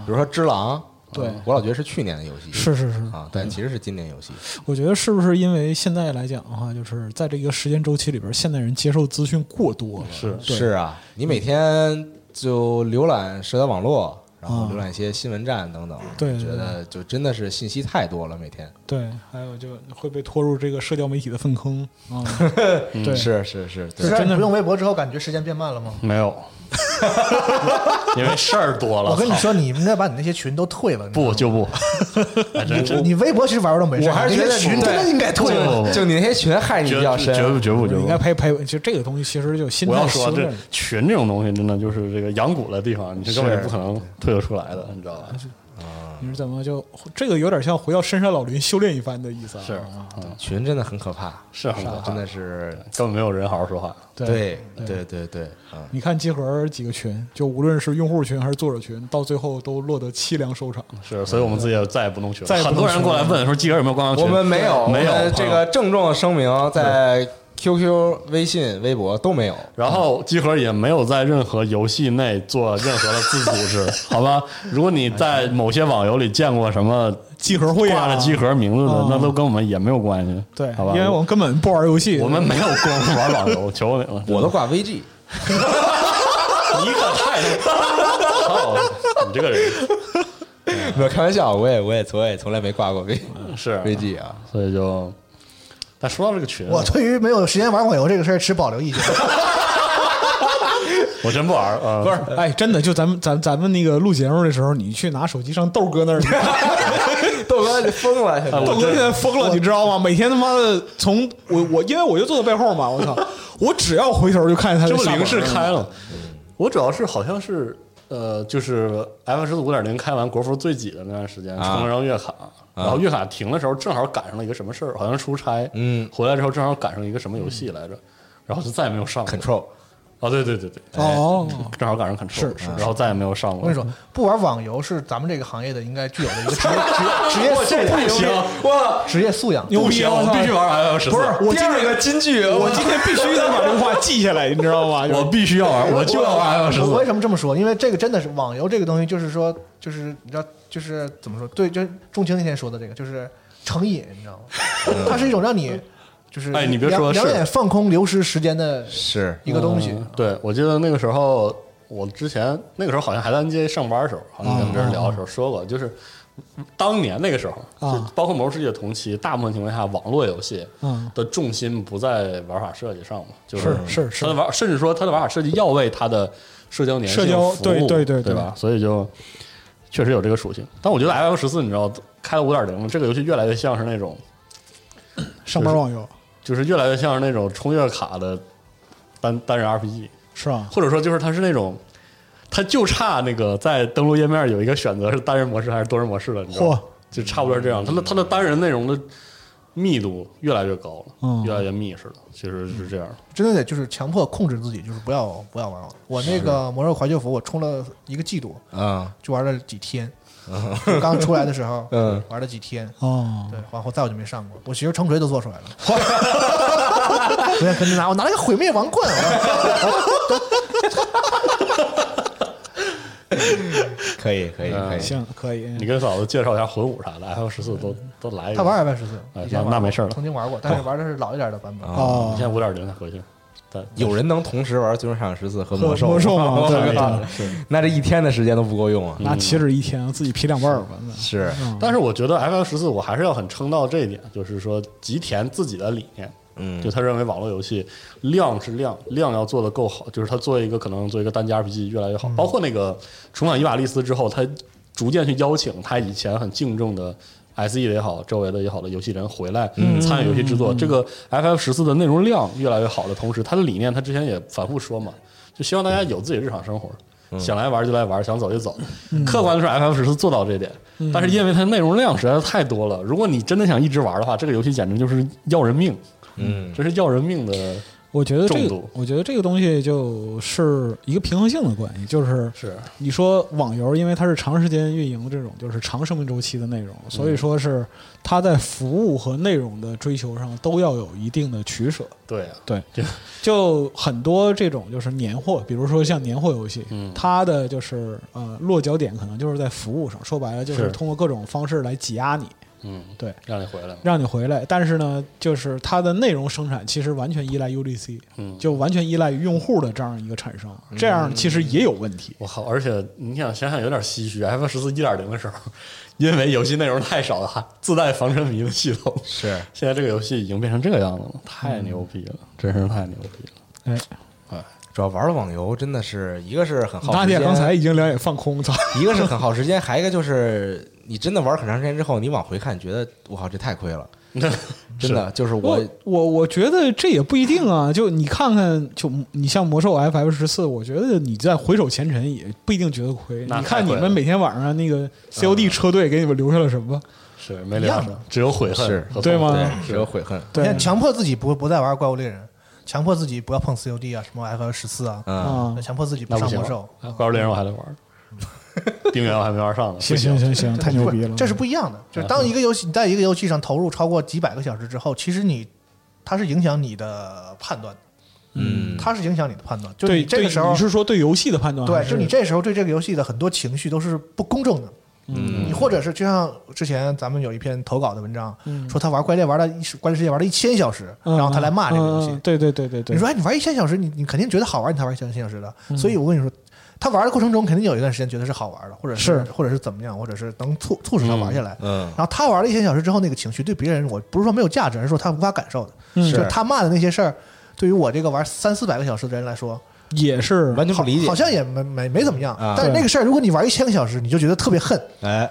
D: 比如说《只狼》，
E: 对
D: 嗯我老觉得是去年的游戏，
E: 是是是，
D: 啊，但其实是今年游戏，
E: 我觉得是不是因为现在来讲的话，就是在这个时间周期里边，现代人接受资讯过多了，
G: 是
E: 对
D: 是啊，你每天就浏览社交网络，然后
E: 啊
D: 浏览一些新闻站等等，
E: 对
D: 我觉
E: 对
D: 得就真的是信息太多了，每天
E: 对，还有就会被拖入这个社交媒体的粪坑啊，
G: 嗯
E: 对，
D: 是是是，对
F: 是啊
E: 真的
F: 不用微博之后，感觉时间变慢了吗？
G: 没 有，因为事儿多了。
F: 我跟你
G: 操，
F: 说，你应该把你那些群都退了。你知道
G: 不
F: 吗，
G: 就不，还真真
F: 你微博其实玩玩都没事儿，
D: 我还是
F: 你
D: 觉
F: 那
D: 得
F: 群
D: 对
F: 真的应该退了。
G: 不不
D: 就就你那些群害你
G: 绝
D: 比较
G: 绝不
D: 深，
G: 绝不绝
E: 应
G: 不
E: 该。拍拍，就这个东西其实就心
G: 我
E: 态
G: 要
E: 修
G: 说，这
E: 炼。
G: 群这种东西真的就是这个养蛊的地方，你是根本
D: 是
G: 也不可能退得出来的，你知道吧？嗯
E: 你是怎么就这个有点像回到深山老林修炼一番的意思啊？
G: 是
E: 啊，
G: 嗯
D: 群真的很可怕，
G: 是很可怕
D: 真的是，
G: 根本没有人好好说话。
D: 对对对对，嗯，
E: 你看集合几个群，就无论是用户群还是作者群，到最后都落得凄凉收场。
G: 是，所以我们自己也再也不弄群
E: 再也
G: 了。
E: 不
G: 很多
E: 弄
G: 人
E: 群
G: 过来
E: 了
G: 问说，记者有没有官方群？
D: 我们没有嗯
G: 没有
D: 我们这
G: 朋友
D: 个郑重的声明，在 QQ、微信、微博都没有。
G: 然后集合也没有在任何游戏内做任何的自组 织，好吧？如果你在某些网游里见过什么
E: 集合会
G: 挂
E: 啊，
G: 着集合名字的
E: 哦，
G: 那都跟我们也没有关系，
E: 对，
G: 好吧？
E: 因为我们根本不玩游戏，
G: 我们没有功夫玩网游，求你 了，
D: 我都挂 VG，
G: 你可太，操你这个人
D: 没有开玩笑，我也我也从我也从来没挂过 V
G: 是，
D: VG 啊，
G: 所以就，但说到这个群，啊
F: 我
G: 我
F: 对于没有时间玩网游这个事儿持保留意见。
G: 我真不玩儿啊，
E: 不是，哎，真的，就咱们咱咱们那个录节目的时候，你去拿手机上豆哥那儿，
D: 豆哥你疯了，现在
G: 我
E: 豆哥现在疯了，你知道吗？每天他妈的从我我，因为我就坐在背后嘛，我 操，我只要回头就看见他
G: 这
E: 的
G: 不
E: 下
G: 零
E: 巴
G: 式开了？嗯我主要是好像是呃，就是 F 十五点零开完国服最挤的那段时间，
D: 啊
G: 充了张月卡，然后月卡停的时候正好赶上了一个什么事儿，好像出差，
D: 嗯
G: 回来之后正好赶上一个什么游戏来着，然后就再也没有上过。
D: Control
G: 啊，对对对对，
E: 哦，
G: 正好赶上 Control，
E: 是是
G: 然后再也没有上过。
F: 我跟你说，不玩网游是咱们这个行业的应该具有的一个职业职 业职业素养，
G: 行，我
F: 职业素养。
E: 牛
G: 不
E: 逼！啊
G: 行，
E: 我
G: 我
E: 操
G: 必须玩 F 十四，
E: 不是我今
D: 第二
E: 天
D: 个金句，
E: 我今天必须得把这话记下 来，你知道吗？就是
G: 我必须要玩，我就要玩 F 十
F: 我为
G: 四。
F: 什么这么说？因为这个真的是网游这个东西，就是说，就是你知道，就是怎么说？对，就是钟情那天说的这个，就是成瘾，你知道
G: 嗯
F: 吗？它是一种让你就是
G: 哎你别说
F: 两
G: 是
F: 两眼放空、流失时间的
D: 是
F: 一个东西。
G: 嗯 对，我记得那个时候，我之前那个时候好像还在 NBA 上班的时候，好像咱们这儿聊的时候说过，就是当年那个时候，
E: 哦啊
G: 就包括《魔兽世界》同期，大部分情况下网络游戏
E: 嗯
G: 的重心不在玩法设计上嘛，就是
E: 是是
G: 它的玩，甚至说它的玩法设计要为它的社交粘性
E: 社交
G: 服务
E: 对对对对
G: 对吧？所以就。确实有这个属性，但我觉得 F 十四，你知道，开了五点零，这个游戏越来越像是那种
E: 上班网游
G: 就是越来越像是那种充月卡的单单人 RPG，
E: 是吧？
G: 或者说就是它是那种，它就差那个在登录页面有一个选择是单人模式还是多人模式了，你知道
E: 嚯
G: 吗？，就差不多是这样。它的它的单人内容的密度越来越高了，
E: 嗯
G: 越来越密实了，其实是这样的。
F: 真的得就是强迫控制自己，就是不要不要玩了。我那个魔兽怀旧服，我充了一个季度，
D: 啊，
F: 就玩了几 天。就刚出来的时候，
D: 嗯
F: 玩了几天，
E: 哦，
F: 对，嗯往后再我就没上过。我媳妇儿成锤都做出来了，我想跟着拿，我拿了个毁灭王冠，啊
D: 可以可以可以，
E: 行，可以。
G: 你跟嫂子介绍一下魂舞啥的，F 十四都都来一个。
F: 他玩 iPhone 十四，
G: 哎
F: 以前
G: 那
F: 玩
G: 那
F: 过
G: 没事儿了
F: 曾经玩过，但是玩的是老一点的版本。
G: 你
E: 哦，
G: 现在五点零的核心，但
D: 有人能同时玩《最终幻想十四》和魔兽
E: 和魔兽吗
D: 我
E: 对
D: 靠那这一天的时间都不够用啊！
E: 那岂止一天，自己劈两半儿吧。那
D: 嗯是，
G: 但是我觉得 F F 十四，我还是要很称道这一点，就是说吉田自己的理念，
D: 嗯
G: 就他认为网络游戏量是量，量要做的够好，就是他做一个可能做一个单机 R P G 越来越好，包括那个重返伊瓦利斯之后，他逐渐去邀请他以前很敬重的。S E 的也好，周围的也好的游戏人回来参与游戏制作，这个 F F 十四的内容量越来越好的同时，他的理念他之前也反复说嘛，就希望大家有自己日常生活，想来玩就来玩，想走就走。客观的说，F F 十四做到这点，但是因为它内容量实在是太多了，如果你真的想一直玩的话，这个游戏简直就是要人命，
D: 嗯，
G: 这是要人命的。
E: 我觉得这
G: 重
E: 个
G: 度，
E: 我觉得这个东西就是一个平衡性的关系，就是
G: 是
E: 你说网游，因为它是长时间运营这种就是长生命周期的内容，所
G: 嗯
E: 以说是它在服务和内容的追求上都要有一定的取舍。
G: 对啊，
E: 对
G: 这，
E: 就很多这种就是年货，比如说像年货游戏，
G: 嗯
E: 它的就是呃落脚点可能就是在服务上，说白了就是
G: 是
E: 通过各种方式来挤压你，
G: 嗯，
E: 对，
G: 让你回来了。
E: 让你回来。但是呢，就是它的内容生产其实完全依赖 UGC，
G: 嗯
E: 就完全依赖于用户的这样一个产生，这样其实也有问题。
G: 我靠！而且你想想想，有点唏嘘。F 十四一点零的时候， 因为游戏内容太少了，还自带防沉迷的系统，
D: 是
G: 现在这个游戏已经变成这个样子了，嗯太牛逼了，真是太牛逼了。
E: 哎，
D: 主要玩了网游真的是一个是很耗
E: 大
D: 时
E: 姐
D: 间，
E: 刚才已经两眼放空，操！
D: 一个是很耗时间，还一个就是你真的玩很长时间之后，你往回看，觉得我靠这太亏了，真的就是我
E: 我我我觉得这也不一定啊，就你看看，就你像魔兽 FF 十四，我觉得你在回首前尘也不一定觉得亏。
G: 那
E: 你看
G: 太
E: 你
G: 亏了
E: 们每天晚上那个 COD 车队给你们留下了什么？
G: 是没
F: 一
G: 聊
F: 样的，
G: 只有悔
D: 是
G: 恨和
E: 对吗
G: 痛苦
D: 对只有悔恨，
F: 你
E: 对
F: 看，强迫自己不不再玩怪物猎人，强迫自己不要碰 COD 啊，什么 F 十四啊，
D: 嗯，
E: 啊，
F: 强迫自己
G: 那不
F: 不上
G: 行
F: 魔兽，，
G: 啊怪物猎人我还得 玩，冰原我还没玩上呢。
E: 行行行行，太牛逼了，
F: 这是不一样的。就是当一个游戏你在一个游戏上投入超过几百个小时之后，其实你它是影响你的判断的，
D: 嗯，
F: 它是影响你的判断。就
E: 对
F: 你这
E: 对
F: 个时候
E: 你，是说对游戏的判断还
F: 对，
E: 是？
F: 就你这时候对这个游戏的很多情绪都是不公正的。
D: 嗯
F: 你或者是就像之前咱们有一篇投稿的文章，
D: 嗯
F: 说他玩怪猎玩了一怪猎世界玩了一千小时，
E: 嗯，
F: 然后他来骂这个游戏
E: 嗯嗯。对对对对对，
F: 你说哎，你玩一千小时，你你肯定觉得好玩，你才玩一千小时的。
D: 嗯
F: 所以我跟你说，他玩的过程中肯定有一段时间觉得是好玩的，或者
E: 是
F: 或者是怎么样，或者是能促促使他玩下来。
D: 嗯嗯
F: 然后他玩了一千小时之后，那个情绪对别人，我不是说没有价值，而是说他无法感受的。
E: 嗯
F: 就是
D: 是
F: 他骂的那些事儿，对于我这个玩三四百个小时的人来说，
E: 也是
D: 完全不理解，
F: 好像也没没没怎么样。
D: 啊
F: 但是那个事儿，如果你玩一千个小时，你就觉得特别恨。
D: 哎，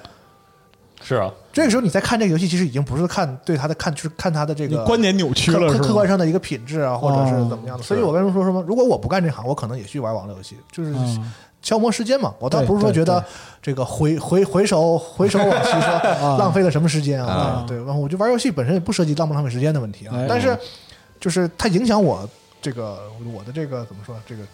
G: 是啊，
F: 这个时候你再看这个游戏，其实已经不是看对他的看，就是看他的这
E: 你
F: 个
E: 观点扭曲
F: 客
E: 了，
F: 客
E: 是吧
F: 客观上的一个品质啊，或者是怎么样的。
E: 哦
F: 所以我跟他们说什么，如果我不干这行，我可能也去玩网络游戏，就是
E: 嗯
F: 消磨时间嘛。我倒
E: 对
F: 不是说
E: 对
F: 觉得
E: 对
F: 这个回回回首回首往昔 说浪费了什么时间啊
E: 啊，
F: 对，然后我就玩游戏本身也不涉及浪不浪费时间的问题啊
E: 哎，
F: 但是就是它影响我这个我的这个怎么说这个。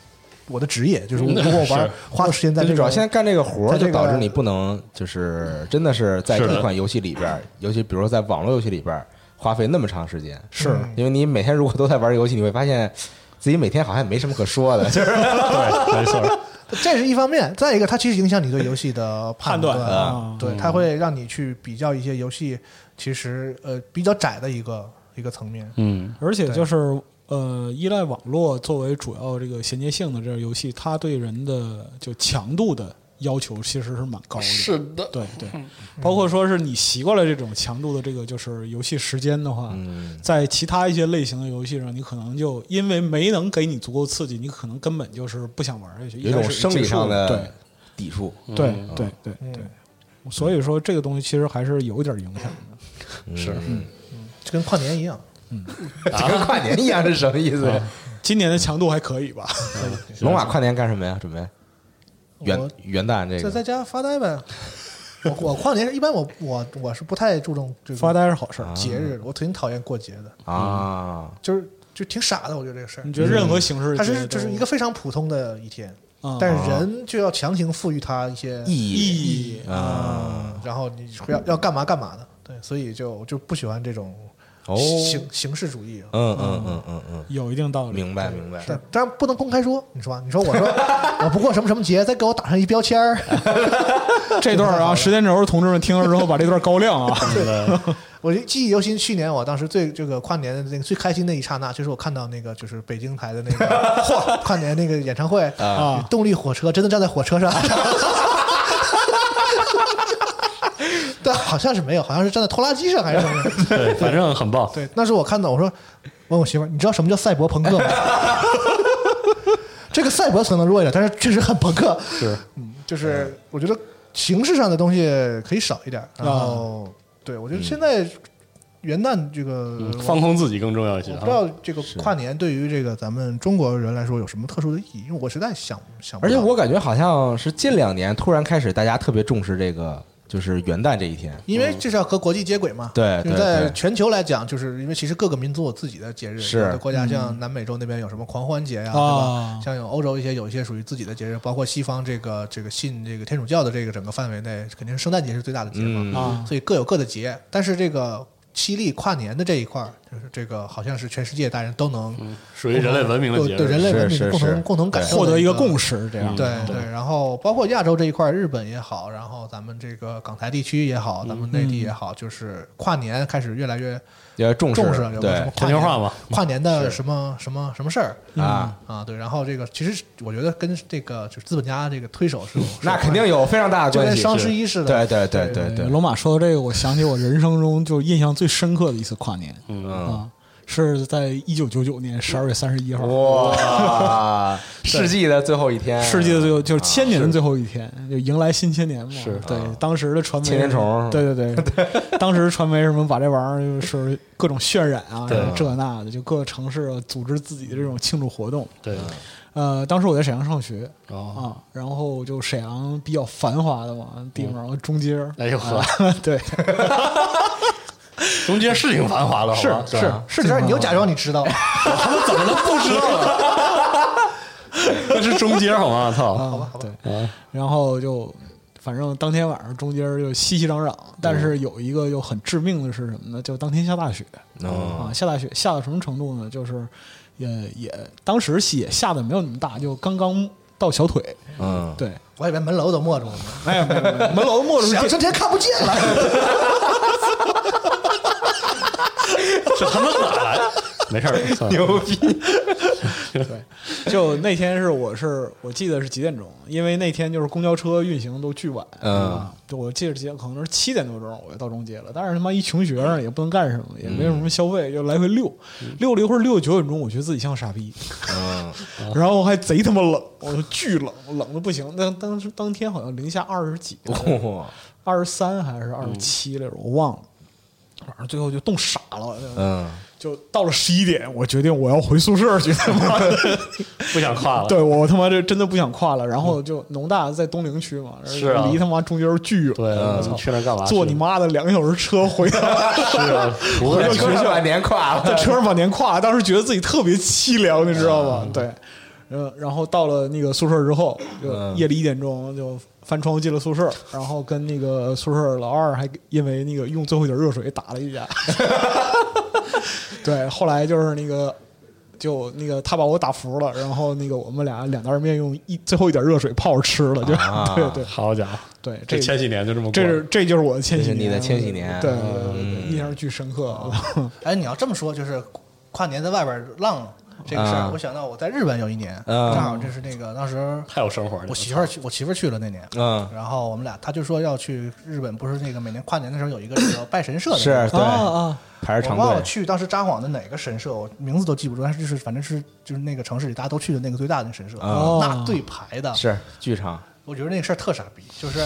F: 我的职业就是，
E: 嗯
F: 如 果我玩
G: 是
F: 花时间在
D: 但
F: 这
D: 是
F: 个，
D: 主要现在干这个活儿，
F: 在这
D: 就
F: 个
D: 导致你不能就是真的是在
G: 是的
D: 一款游戏里边儿，尤其比如说在网络游戏里边儿花费那么长时间，
E: 是
D: 因为你每天如果都在玩游戏，你会发现自己每天好像也没什么可说的，就是
G: 对，没错。
F: 这是一方面，再一个，它其实影响你对游戏 的
E: 判断
F: 断，
E: 啊
D: 嗯
F: 对，它会让你去比较一些游戏，其实呃比较窄的一个一个层面。
G: 嗯，
E: 而且就是呃，依赖网络作为主要这个衔接性的这个游戏，它对人的就强度的要求其实是蛮高的。
G: 是的，
E: 对对，包括说是你习惯了这种强度的这个就是游戏时间的话，
D: 嗯
E: 在其他一些类型的游戏上，你可能就因为没能给你足够刺激，你可能根本就是不想玩下去，
D: 有一种生理上的嗯
E: 对
D: 抵触。
E: 对对对
F: 嗯
E: 对。所以说，这个东西其实还是有一点影响
D: 嗯
E: 的。
G: 是
F: 就跟跨年一样，
D: 这跟跨年一样是什么意思？
E: 今年的强度还可以吧？
D: 龙马跨年干什么呀？准备元
F: 我
D: 元旦这
F: 就在
D: 个
F: 家发呆呗。我我跨年是一般我我我是不太注重
D: 嗯
F: 这
E: 发
F: 个
E: 呆是好事儿。
F: 节日的，我挺讨厌过节的，
D: 啊，
F: 就是就挺傻的，我觉得这个事儿
E: 你。觉得任何形式
F: 嗯它
E: 的节日
F: 是就
E: 都，
F: 是一个非常普通的一天，
E: 啊
F: 但是人就要强行赋予它一些
D: 意义
E: 意义
D: 啊，
F: 然后你要要干嘛干嘛的，对，所以就就不喜欢这种
D: 哦，
F: 形、形式主义啊。
D: 嗯嗯嗯嗯嗯，
E: 有一定道理。
D: 明白明白，
F: 但但不能公开说，你说吧？你说我说 我不过什么什么节，再给我打上一标签儿，
E: 这段儿啊，时间轴同志们听了之后，把这段高 亮啊，
F: 我就记忆犹新。去年我当时最这个跨年的那个最开心的一刹那，就是我看到那个就是北京台的那个 嚯跨年那个演唱会啊，动力火车真的站在火车上， 但好像是没有，好像是站在拖拉机上还是什么的。
G: 对，反正很棒。
F: 对，那时候我看到，我说问我媳妇儿，你知道什么叫赛博朋克吗？ 这个赛博可能弱一点，但是确实很朋克。
G: 是，
F: 嗯，就是我觉得形式上的东西可以少一点。然后，
D: 啊
F: 对我
D: 嗯
F: 觉得现在元旦这个，
G: 嗯
F: 我
G: 放空自己更重要一
F: 我
G: 些
F: 不
G: 啊
F: 知。道这个跨年对于这个咱们中国人来说有什么特殊的意义，因为我实在想想不
D: 而
F: 到。
D: 且我感觉好像是近两年突然开始大家特别重视这个，就是元旦这一天，
F: 因为这是要和国际接轨嘛。
D: 嗯对
F: 就是
D: 对
F: 在
D: 对
F: 全球来讲，就是因为其实各个民族有自己的节日，
D: 是嗯
F: 有的国家像南美洲那边有什么狂欢节呀、对吧
E: 啊？
F: 像有欧洲一些有一些属于自己的节日，包括西方这个这个信这个天主教的这个整个范围内，肯定是圣诞节是最大的节嘛，
D: 嗯
E: 啊
F: 所以各有各的节。但是这个犀利跨年的这一块儿，就是这个好像是全世界大人都能
G: 属于人类文明的
F: 对
G: 节
F: 对人
G: 日，
F: 类文
D: 是
F: 明
D: 是
F: 共
D: 是
F: 同共同感受的
E: 获得一
F: 个
E: 个共识，嗯
D: 嗯
E: 这样
F: 对对，然后包括亚洲这一块，日本也好，然后咱们这个港台地区也好，咱们内地也好，就是跨年开始越来越
D: 要重视
F: 重视了，有个什
D: 对
F: 么跨
G: 全球
F: 年
G: 化嘛，
F: 跨年的什么什么什么事儿
D: 啊，
F: 啊？对，然后这个其实我觉得跟这个就是资本家这个推手是有
D: 那肯定有非常大的
F: 就
D: 关
F: 跟
D: 系，
F: 双
D: 是
F: 十一似
D: 对对
F: 的，
D: 对对
E: 哎
D: 对，嗯，
E: 啊，是在一九九九年十二月三十一号，
D: 哇，世纪的最后一
G: 哦
D: 天，
E: 世界的最后就是千年的最后一天，就迎来新千年
G: 啊
E: 嘛。
G: 是啊
E: 对当时的传媒，
D: 千年虫
E: 对对 对，当时传媒什么把这玩意儿就是各种渲染啊，
G: 对
E: 这那的，就各个城市啊组织自己的这种庆祝活动。
G: 对，
E: 呃，当时我在沈阳上学
G: 哦，
E: 啊，然后就沈阳比较繁华的嘛地方，中街儿，啊
G: 哎呦呵，
E: 对，
G: 中间是挺繁华的，好吧
E: 是
G: 吧
F: 是这样，你又假装你知道，
G: 那是中间好吗？ 操，
E: 好吧，好吧。啊对，然后就反正当天晚上中间就熙熙攘攘，但是有一个就很致命的是什么呢？就当天下大雪啊，下大雪下到什么程度呢？就是也也当时也下的没有那么大，就刚刚到小腿。
D: 嗯，
E: 对，
F: 我以为门楼都没 住了，
E: 没
D: 哎
E: 有没有没有，门楼没
F: 沈
E: 出
F: 阳成天看不见了，
G: 这他妈哪来？没事 儿，操
D: 牛逼，
E: 去。 就那天是我是我记得是几点钟？因为那天就是公交车运行都巨晚。
D: 嗯，
E: 就我记得几点，可能是七点多钟我就到中街了，但是他妈一穷学生也不能干什么，也没有什么消费，就来回溜，
D: 嗯
E: 溜了一会儿，溜到九点钟，我觉得自己像傻逼，嗯， 然后还贼他妈冷，我就巨冷，冷的不行。那当时当天好像零下二十几，
D: 哇，
E: 二十三还是二十七来着，我忘了。晚上最后就冻傻了，
D: 嗯，
E: 就到了十一点，我决定我要回宿舍去他妈的。
G: 不想跨了。
E: 对我他妈这真的不想跨了。然后就农大在东陵区嘛，
G: 是啊
E: 离他妈中间巨远，
G: 对，
E: 我
G: 你
E: 操，
G: 嗯去那儿干嘛去？
E: 坐你妈的两个小时车回来，
G: 是啊，图个
D: 在
G: 什
D: 车
G: 么
D: 上把年跨
E: 在
D: 了，
E: 车上把年跨，当时觉得自己特别凄凉，你知道吗？
D: 嗯
E: 对，呃，然后到了那个宿舍之后，
D: 嗯
E: 就夜里一点钟就翻窗户进了宿舍，然后跟那个宿舍老二还因为那个用最后一点热水打了一架， 对，后来就是那个。就那个他把我打服了，然后那个我们俩两袋面用一最后一点热水泡着吃了，就、
D: 啊
E: 对对
G: 好家伙，
E: 对，
G: 这
E: 这
G: 前几年就这么过
E: 这是这就是我的千禧
D: 这是
E: 年，
D: 你的千禧年嗯
E: 对，对对对对印象巨深刻。
F: 哎，你要这么说，就是跨年在外边浪这个事儿，
D: 啊
F: 我想到我在日本有一年，
D: 嗯
F: 正好就是那个当时
G: 太有生活了。
F: 我媳妇儿去，我媳妇儿去了那年，
D: 嗯
F: 然后我们俩，她就说要去日本，不是那个每年跨年的时候有一个这个拜神社的
D: 是
F: 那个，
D: 对
E: 啊，
D: 排着
F: 我
D: 长
F: 忘了
D: 队，
F: 去当时札幌的哪个神社，我名字都记不住，但是就是反正是就是那个城市里大家都去的那个最大的神社，
D: 哦
F: 那队排的，
D: 是剧场，
F: 我觉得那个事儿特傻逼，就是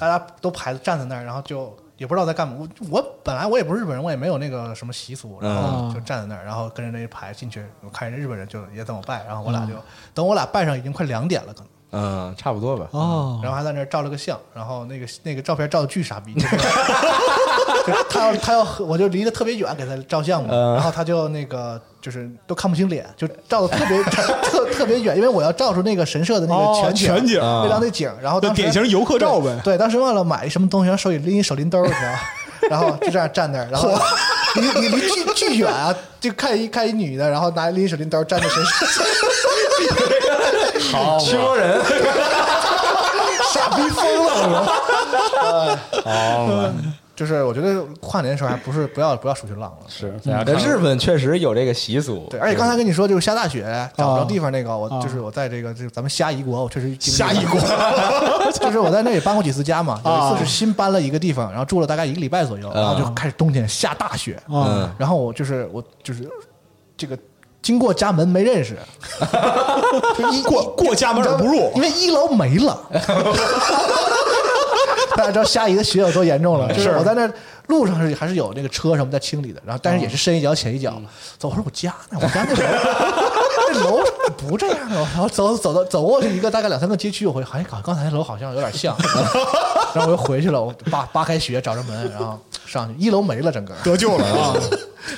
F: 大家都排着站在那儿，然后就也不知道在干嘛。我我本来我也不是日本人，我也没有那个什么习俗，然后
E: 嗯
F: 就站在那儿，然后跟着那一排进去，我看人家日本人就也怎么拜，然后我俩就等我俩拜上已经快两点了，可能
D: 嗯，差不多吧。
E: 哦，
F: 然后还在那儿照了个相，然后那个那个照片照的巨傻逼，就是就是他要他要和我就离得特别远给他照相嘛，然后他就那个就是都看不清脸，就照的特别 特特别远，因为我要照出那个神社的那
E: 哦
F: 个景，
E: 全景
F: 那张那景，然后当时
E: 就典型游客照呗
F: 对，对当时忘了买什么东西，然后手里拎一手拎兜，你知道吗？然后就这样站那儿，然后离离离巨巨远啊，就看一看一女的，然后拿拎一手拎兜站在神社。
G: 好，
D: 驱魔人，
F: 傻逼疯了！我
G: 好嘛，
F: 就是我觉得跨年的时候还不是不要不要数群浪了。
G: 是 大
E: 嗯
G: 家
D: 呃
G: 看
D: 日本确实有这个习俗。
F: 对，而且刚才跟你说就是下大雪找
E: 啊
F: 不着地方那个，我就是我在这个就是咱们虾夷国，我确实虾夷国， 就是我在那里搬过几次家嘛。
E: 啊
F: 有一次是新搬了一个地方，然后住了大概一个礼拜左右，然后就开始冬天下大雪，
E: 啊
D: 嗯，
F: 然后我就是我就是这个经过家门没认识， 就一
E: 过过家门而不入
F: 因为一楼没 了。 大家知道夏夷的雪有多严重了，就是我在那路上是还是有那个车什么在清理的，然后但是也是深一脚浅一
D: 嗯
F: 脚。走，我说我家呢，我家那楼那楼不这样了。然后走走到走过去一个大概两三个街区，我回哎，刚刚才那楼好像有点像， 然后我又回去了，我扒扒开雪找着门，然后上去一楼没了，整个
E: 得救了啊！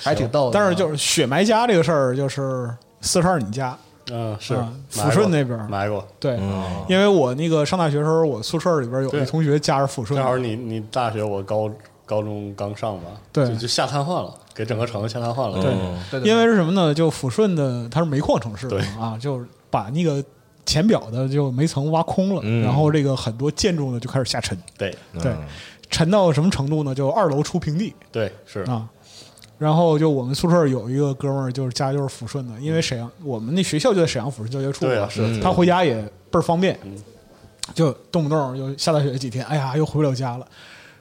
F: 还挺逗的。啊
E: 但是就是血埋家这个事儿，就是四十二你家，
G: 嗯是
E: 嗯
G: 买过
E: 抚顺那边儿
G: 买过，
E: 对，
F: 嗯
E: 因为我那个上大学的时候，我宿舍里边有
G: 对
E: 个同学家是抚顺
G: 正好
E: 的，
G: 你你大学我高高中刚上吧，
E: 对
G: 就就下瘫痪了，给整个城市下瘫痪了，
E: 对，
F: 对对对
E: 因为是什么呢？就抚顺的它是煤矿城市嘛
G: 对
E: 啊，就是把那个浅表的就煤层挖空了，
F: 嗯
E: 然后这个很多建筑呢就开始下沉，
G: 对
E: 对，
D: 嗯
E: 沉到什么程度呢？就二楼出平地
G: 对是，
E: 啊。然后就我们宿舍有一个哥们儿，就是家就是抚顺的，因为沈阳我们那学校就在沈阳抚顺教学处嘛，
G: 嗯对啊是嗯
E: 他回家也倍儿方便，就动不动就下大雪几天，哎呀又回不了家了，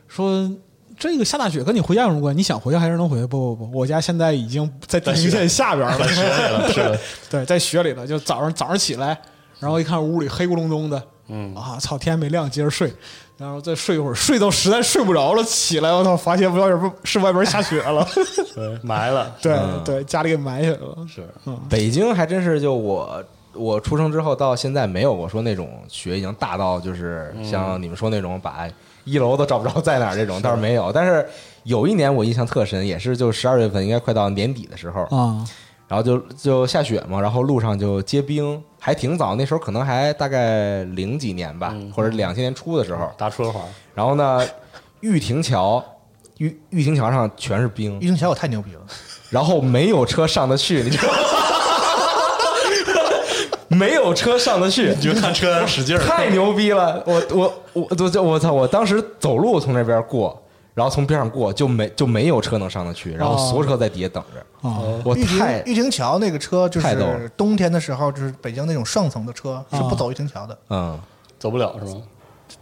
E: 说。这个下大雪跟你回家有什么关系？你想回家还是能回去？不不不，我家现在已经在地平线下边了，
G: 学里了是的，
E: 对，在雪里了，就早上早上起来，然后一看屋里黑咕隆咚的，嗯啊，操，天还没亮，接着睡，然后再睡一会儿，睡到实在睡不着了，起来，我操，发现不知道是不是外边下雪 了，
G: 对埋了
E: 对、
D: 嗯
E: 对，家里给埋起来了，
D: 啊
G: 是，
D: 北京还真是就我我出生之后到现在没有我说那种雪已经大到就是像你们说那种把一楼都找不着在哪儿这种倒是没有，但是有一年我印象特深，也是就十二月份应该快到年底的时候，
E: 啊，
D: 然后就就下雪嘛，然后路上就结冰，还挺早，那时候可能还大概零几年吧，或者两千年初的时候，
G: 大春华，
D: 然后呢，玉亭桥。玉玉亭桥上全是冰
F: 玉，清桥我太牛逼了，
D: 然后没有车上得去，你知道吗？ 没有车上得去，
G: 你就看车使劲儿，
D: 太牛逼了！我我我我我操！我当时走路从那边过，然后从边上过，就没就没有车能上得去，然后所有车在底下等着。
E: 哦
D: 我
F: 哦玉亭
D: 太
F: 玉亭桥那个车就
D: 太逗了啊
F: 是冬天的时候，就是北京那种上层的车是不走玉亭桥的，
D: 嗯，
G: 走不了是吗？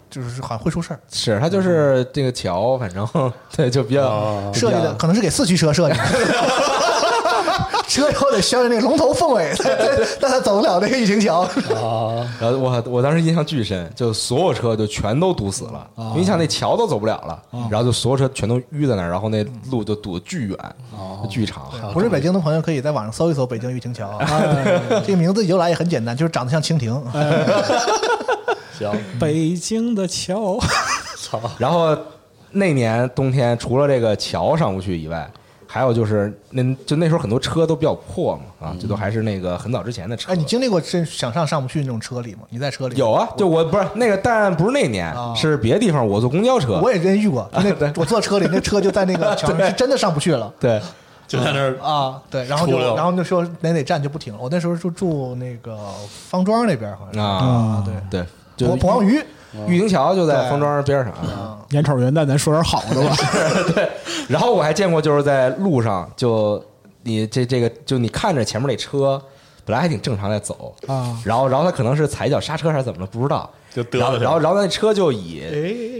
F: 就是好像会出事儿。
D: 是它就是这个桥，反正 对就比较
G: 哦
D: 就
F: 设
D: 比
F: 计
D: 较
F: 的可能是给四驱车设计 的，车以后得削着那个龙头凤尾， 但他走不了那个玉清桥。
G: 啊，
D: 然后我我当时印象巨深，就所有车就全都堵死了，
F: 啊
D: 因为你想那桥都走不了了，然后就所有车全都淤在那儿，然后那路就堵得巨远，就巨长。
F: 不啊是北京的朋友可以在网上搜一搜北京玉清桥，啊这个名字由来也很简单，就是长得像蜻蜓。
G: 行，
D: 嗯
E: 北京的桥，
G: 操，
D: 然后那年冬天，除了这个桥上不去以外，还有就是那就那时候很多车都比较破嘛，啊，这都还是那个很早之前的车。
F: 嗯哎，你经历过这想上上不去那种车里吗？你在车里
D: 有？啊？就我不是那个，但不是那年，是别的地方，我坐公交车。
F: 啊我也真 遇过，那
D: 对
F: 我坐车里，那车就在那个桥上，是真的上不去了。
D: 对，
G: 就在那儿
D: 嗯
F: 啊，对，然后就
G: 出溜
F: 然后就说哪哪站就不停了。我那时候就住那个方庄那边，好像
D: 啊，对对，
F: 是
D: 就
F: 蒲蒲黄榆，
D: 玉亭桥就在方庄边上。啊
E: 眼瞅元旦，咱说点好的 吧，
D: 然后我还见过，就是在路上，就你这这个，就你看着前面那车，本来还挺正常在走
E: 啊
D: 然后然后他可能是踩脚刹车还是怎么了，不知道，
G: 就嘚
D: 然
G: 瑟
D: 后
G: 去了
D: 然后然后那车就以、
E: 哎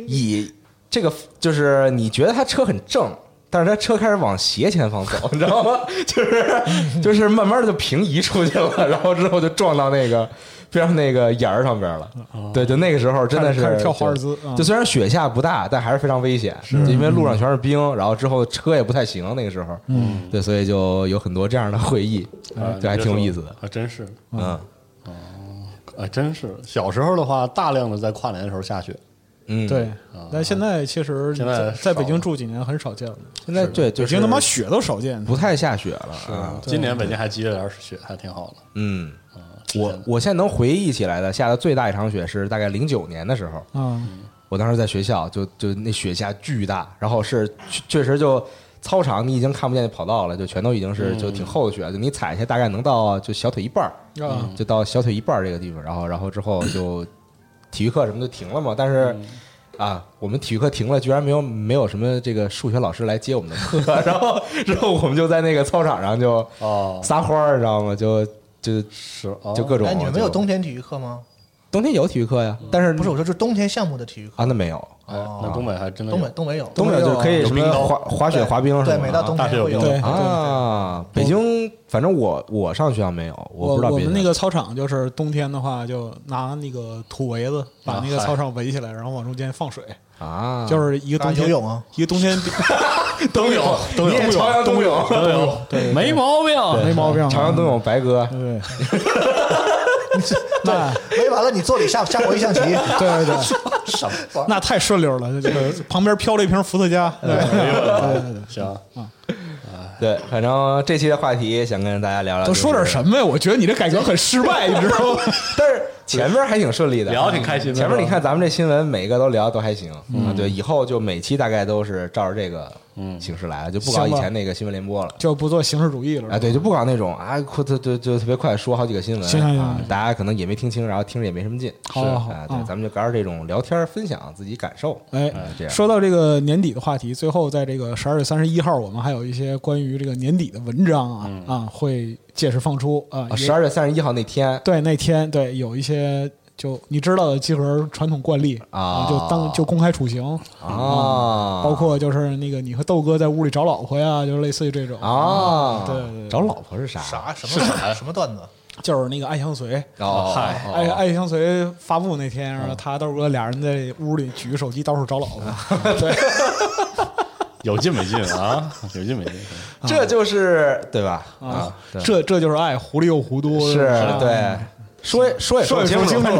D: 以这个就是你觉得他车很正。但是他车开始往斜前方走， 你知道吗？就是就是慢慢的就平移出去了，然后之后就撞到那个边上那个眼儿上边了。对，就那个时候真的是
E: 开始开始哦跳
D: 就
E: 华尔兹啊
D: 就虽然雪下不大，但还是非常危险，就因为路上全是冰，然后之后车也不太行，那个时候，嗯，对，所以就有很多这样的回忆，
E: 哎
G: 啊
D: 对，还挺有意思的，
G: 啊，真是
D: 嗯，
G: 哎，真是小时候的话，大量的在跨年的时候下雪，
D: 嗯，
E: 对，但现在其实
G: 现在
E: 在在北
G: 少了
E: 京住几年很少见了，
D: 现在对就
E: 北
D: 是
E: 京他妈雪都少见。
D: 不太下雪了啊，
G: 今年北京还积了点雪，还挺好的。
D: 嗯。我我现在能回忆起来的，下的最大一场雪是大概零九年的时候，
E: 啊，
D: 我当时在学校，就就那雪下巨大，然后是确确实就操场你已经看不见那跑道了，就全都已经是就挺厚的雪，就你踩一下大概能到就小腿一半儿，
E: 啊
D: 就到小腿一半儿这个地方，然后然后之后就体育课什么就停了嘛，但是。啊，我们体育课停了，居然没有没有什么这个数学老师来接我们的课， 然后然后我们就在那个操场上就
G: 哦，
D: 撒欢儿，你知道吗？就就是
G: 哦
D: 就各种
F: 哎，你们没有
D: 就
F: 冬天体育课吗？
D: 冬天有体育课呀，
G: 嗯
D: 但是
F: 不是，我说就是冬天项目的体育课。
D: 啊，那没有，
G: 哎那东北还真的有
F: 东北东北有，
D: 东北就可以什么滑滑雪、
F: 对
D: 滑冰什么的
F: 对，每到冬
G: 大学
F: 天
G: 有
F: 会有
G: 冰
E: 对
D: 啊，北京，反正我我上学校没有，
E: 我
D: 不知道
E: 我
D: 别
E: 们
D: 的
E: 那个操场就是冬天的话，就拿那个土围子把那个
G: 啊嗨
E: 操场围起来，然后往中间放水，
D: 啊，
E: 就是一个冬
F: 打
E: 天
F: 游泳啊，
E: 一个冬 天
G: 冬泳，冬泳，
D: 朝阳冬泳，
G: 冬泳，对，没毛病，
E: 没毛病啊，
D: 朝阳冬泳白哥，
E: 对，那
F: 没完了，你坐里下下回一象棋，
E: 对 对对，
G: 什么玩意
E: 那太顺溜了，这个旁边飘了一瓶伏特加，哎对
G: 儿
E: 对对对。
G: 行，啊
D: 对，反正这期的话题想跟大家聊聊，
E: 都说点什？么呀？我觉得你这改革很失败，你知道吗？
D: 但是前面还挺顺利的，啊
G: 聊得挺开心的嗯
D: 前面你看咱们这新闻，每一个都聊得都还行啊。对，以后就每期大概都是照着这个形式来，就不搞以
E: 行吧
D: 前那个新闻联播了。
E: 就不做形式主义了。
D: 啊，对，就不搞那种啊，快特就就特别快说好几个新闻
E: 行行行
D: 啊，大家可能也没听清，然后听着也没什么劲。
E: 好
D: 是
E: 好好
D: 啊，对
E: 嗯，
D: 咱们就搞点这种聊天儿分享自己感受。
E: 哎
D: 啊这，样
E: 说到这个年底的话题，最后在这个十二月三十一号，我们还有一些关于这个年底的文章啊
D: 嗯
E: 啊，会届时放出啊。也
D: 十二月三十一号那天
E: 对那天对有一些就你知道的集合传统惯例
D: 啊
E: 就当就公开处刑，
D: 啊，
E: 嗯包括就是那个你和豆哥在屋里找老婆呀，就是类似于这种，
D: 啊，
E: 对对对
D: 找老婆是啥？
F: 啥什么什么段子？
E: 就是那个爱相随。
D: 哦，
G: 嗨
D: 哦
E: 爱爱相随发布那天，然后他豆哥俩人在屋里举着手机到处找老婆，
D: 啊
G: 有劲没劲啊？ 有劲没劲？
D: 这就是对吧？
E: 哎啊
D: 对，
E: 这这就是爱，糊里又糊涂，
D: 是
E: 吧
D: 对，说说也
E: 说也
D: 清
E: 说清楚。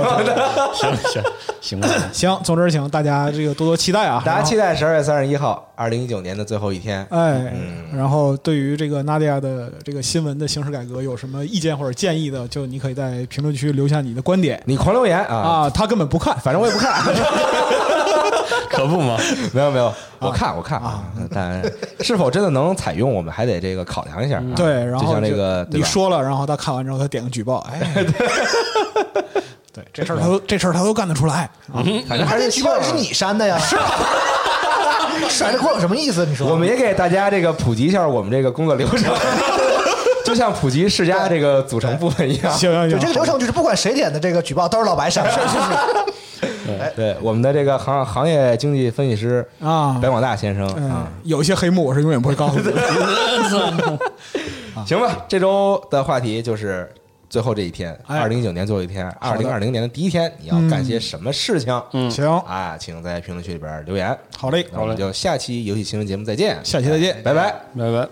G: 行行行吧，
E: 行，总之，请大家这个多多期待啊，
D: 大家期
E: 待。
D: 待十二月三十一号，二零一九年的最后一天。
E: 哎，然后对于这个 Nadia 的这个新闻的形式改革有什么意见或者建议的，就你可以在评论区留下你的观点
D: 你狂留言啊！
E: 啊。他根本不看，
D: 反正我也不看，
G: 可不嘛，
D: 没有没有，我看我看啊，但是否真的能采用，我们还得这个考量一下啊。
E: 对，然
D: 就
E: 后
D: 像这
E: 就
D: 个对
E: 你
D: 吧
E: 说了，然后他看完之后他点个举报，哎， 对，这事儿他都这事儿他都干得出来啊。
D: 反正还
F: 而且
D: 是
F: 奇
D: 希
F: 怪
D: 望
F: 是你删的呀，是 甩这锅有什么意思？你说
D: 我们也给大家这个普及一下我们这个工作流 程，就像普及世家这个组成部分一样。
E: 行行
F: 就
E: 行，
F: 这个流程，就是不管谁点的这个举报都是老白删的，是是是，
D: 对，我们的这个行行业经济分析师
E: 啊
D: 白广大先生
E: 嗯
D: 啊，，
E: 有一些黑幕我是永远不会告诉你的。
D: 嗯行吧，这周的话题就是最后这一天，
E: 哎嗯
D: 二零一九年最后一天，二零二零年的第一天，你要干些什么事情？嗯
E: 行，
D: 啊，请在评论区里边留言。
E: 好嘞，
D: 那我们就下期游戏新闻节目再见，
E: 下期再见
D: 拜拜。
G: 拜拜。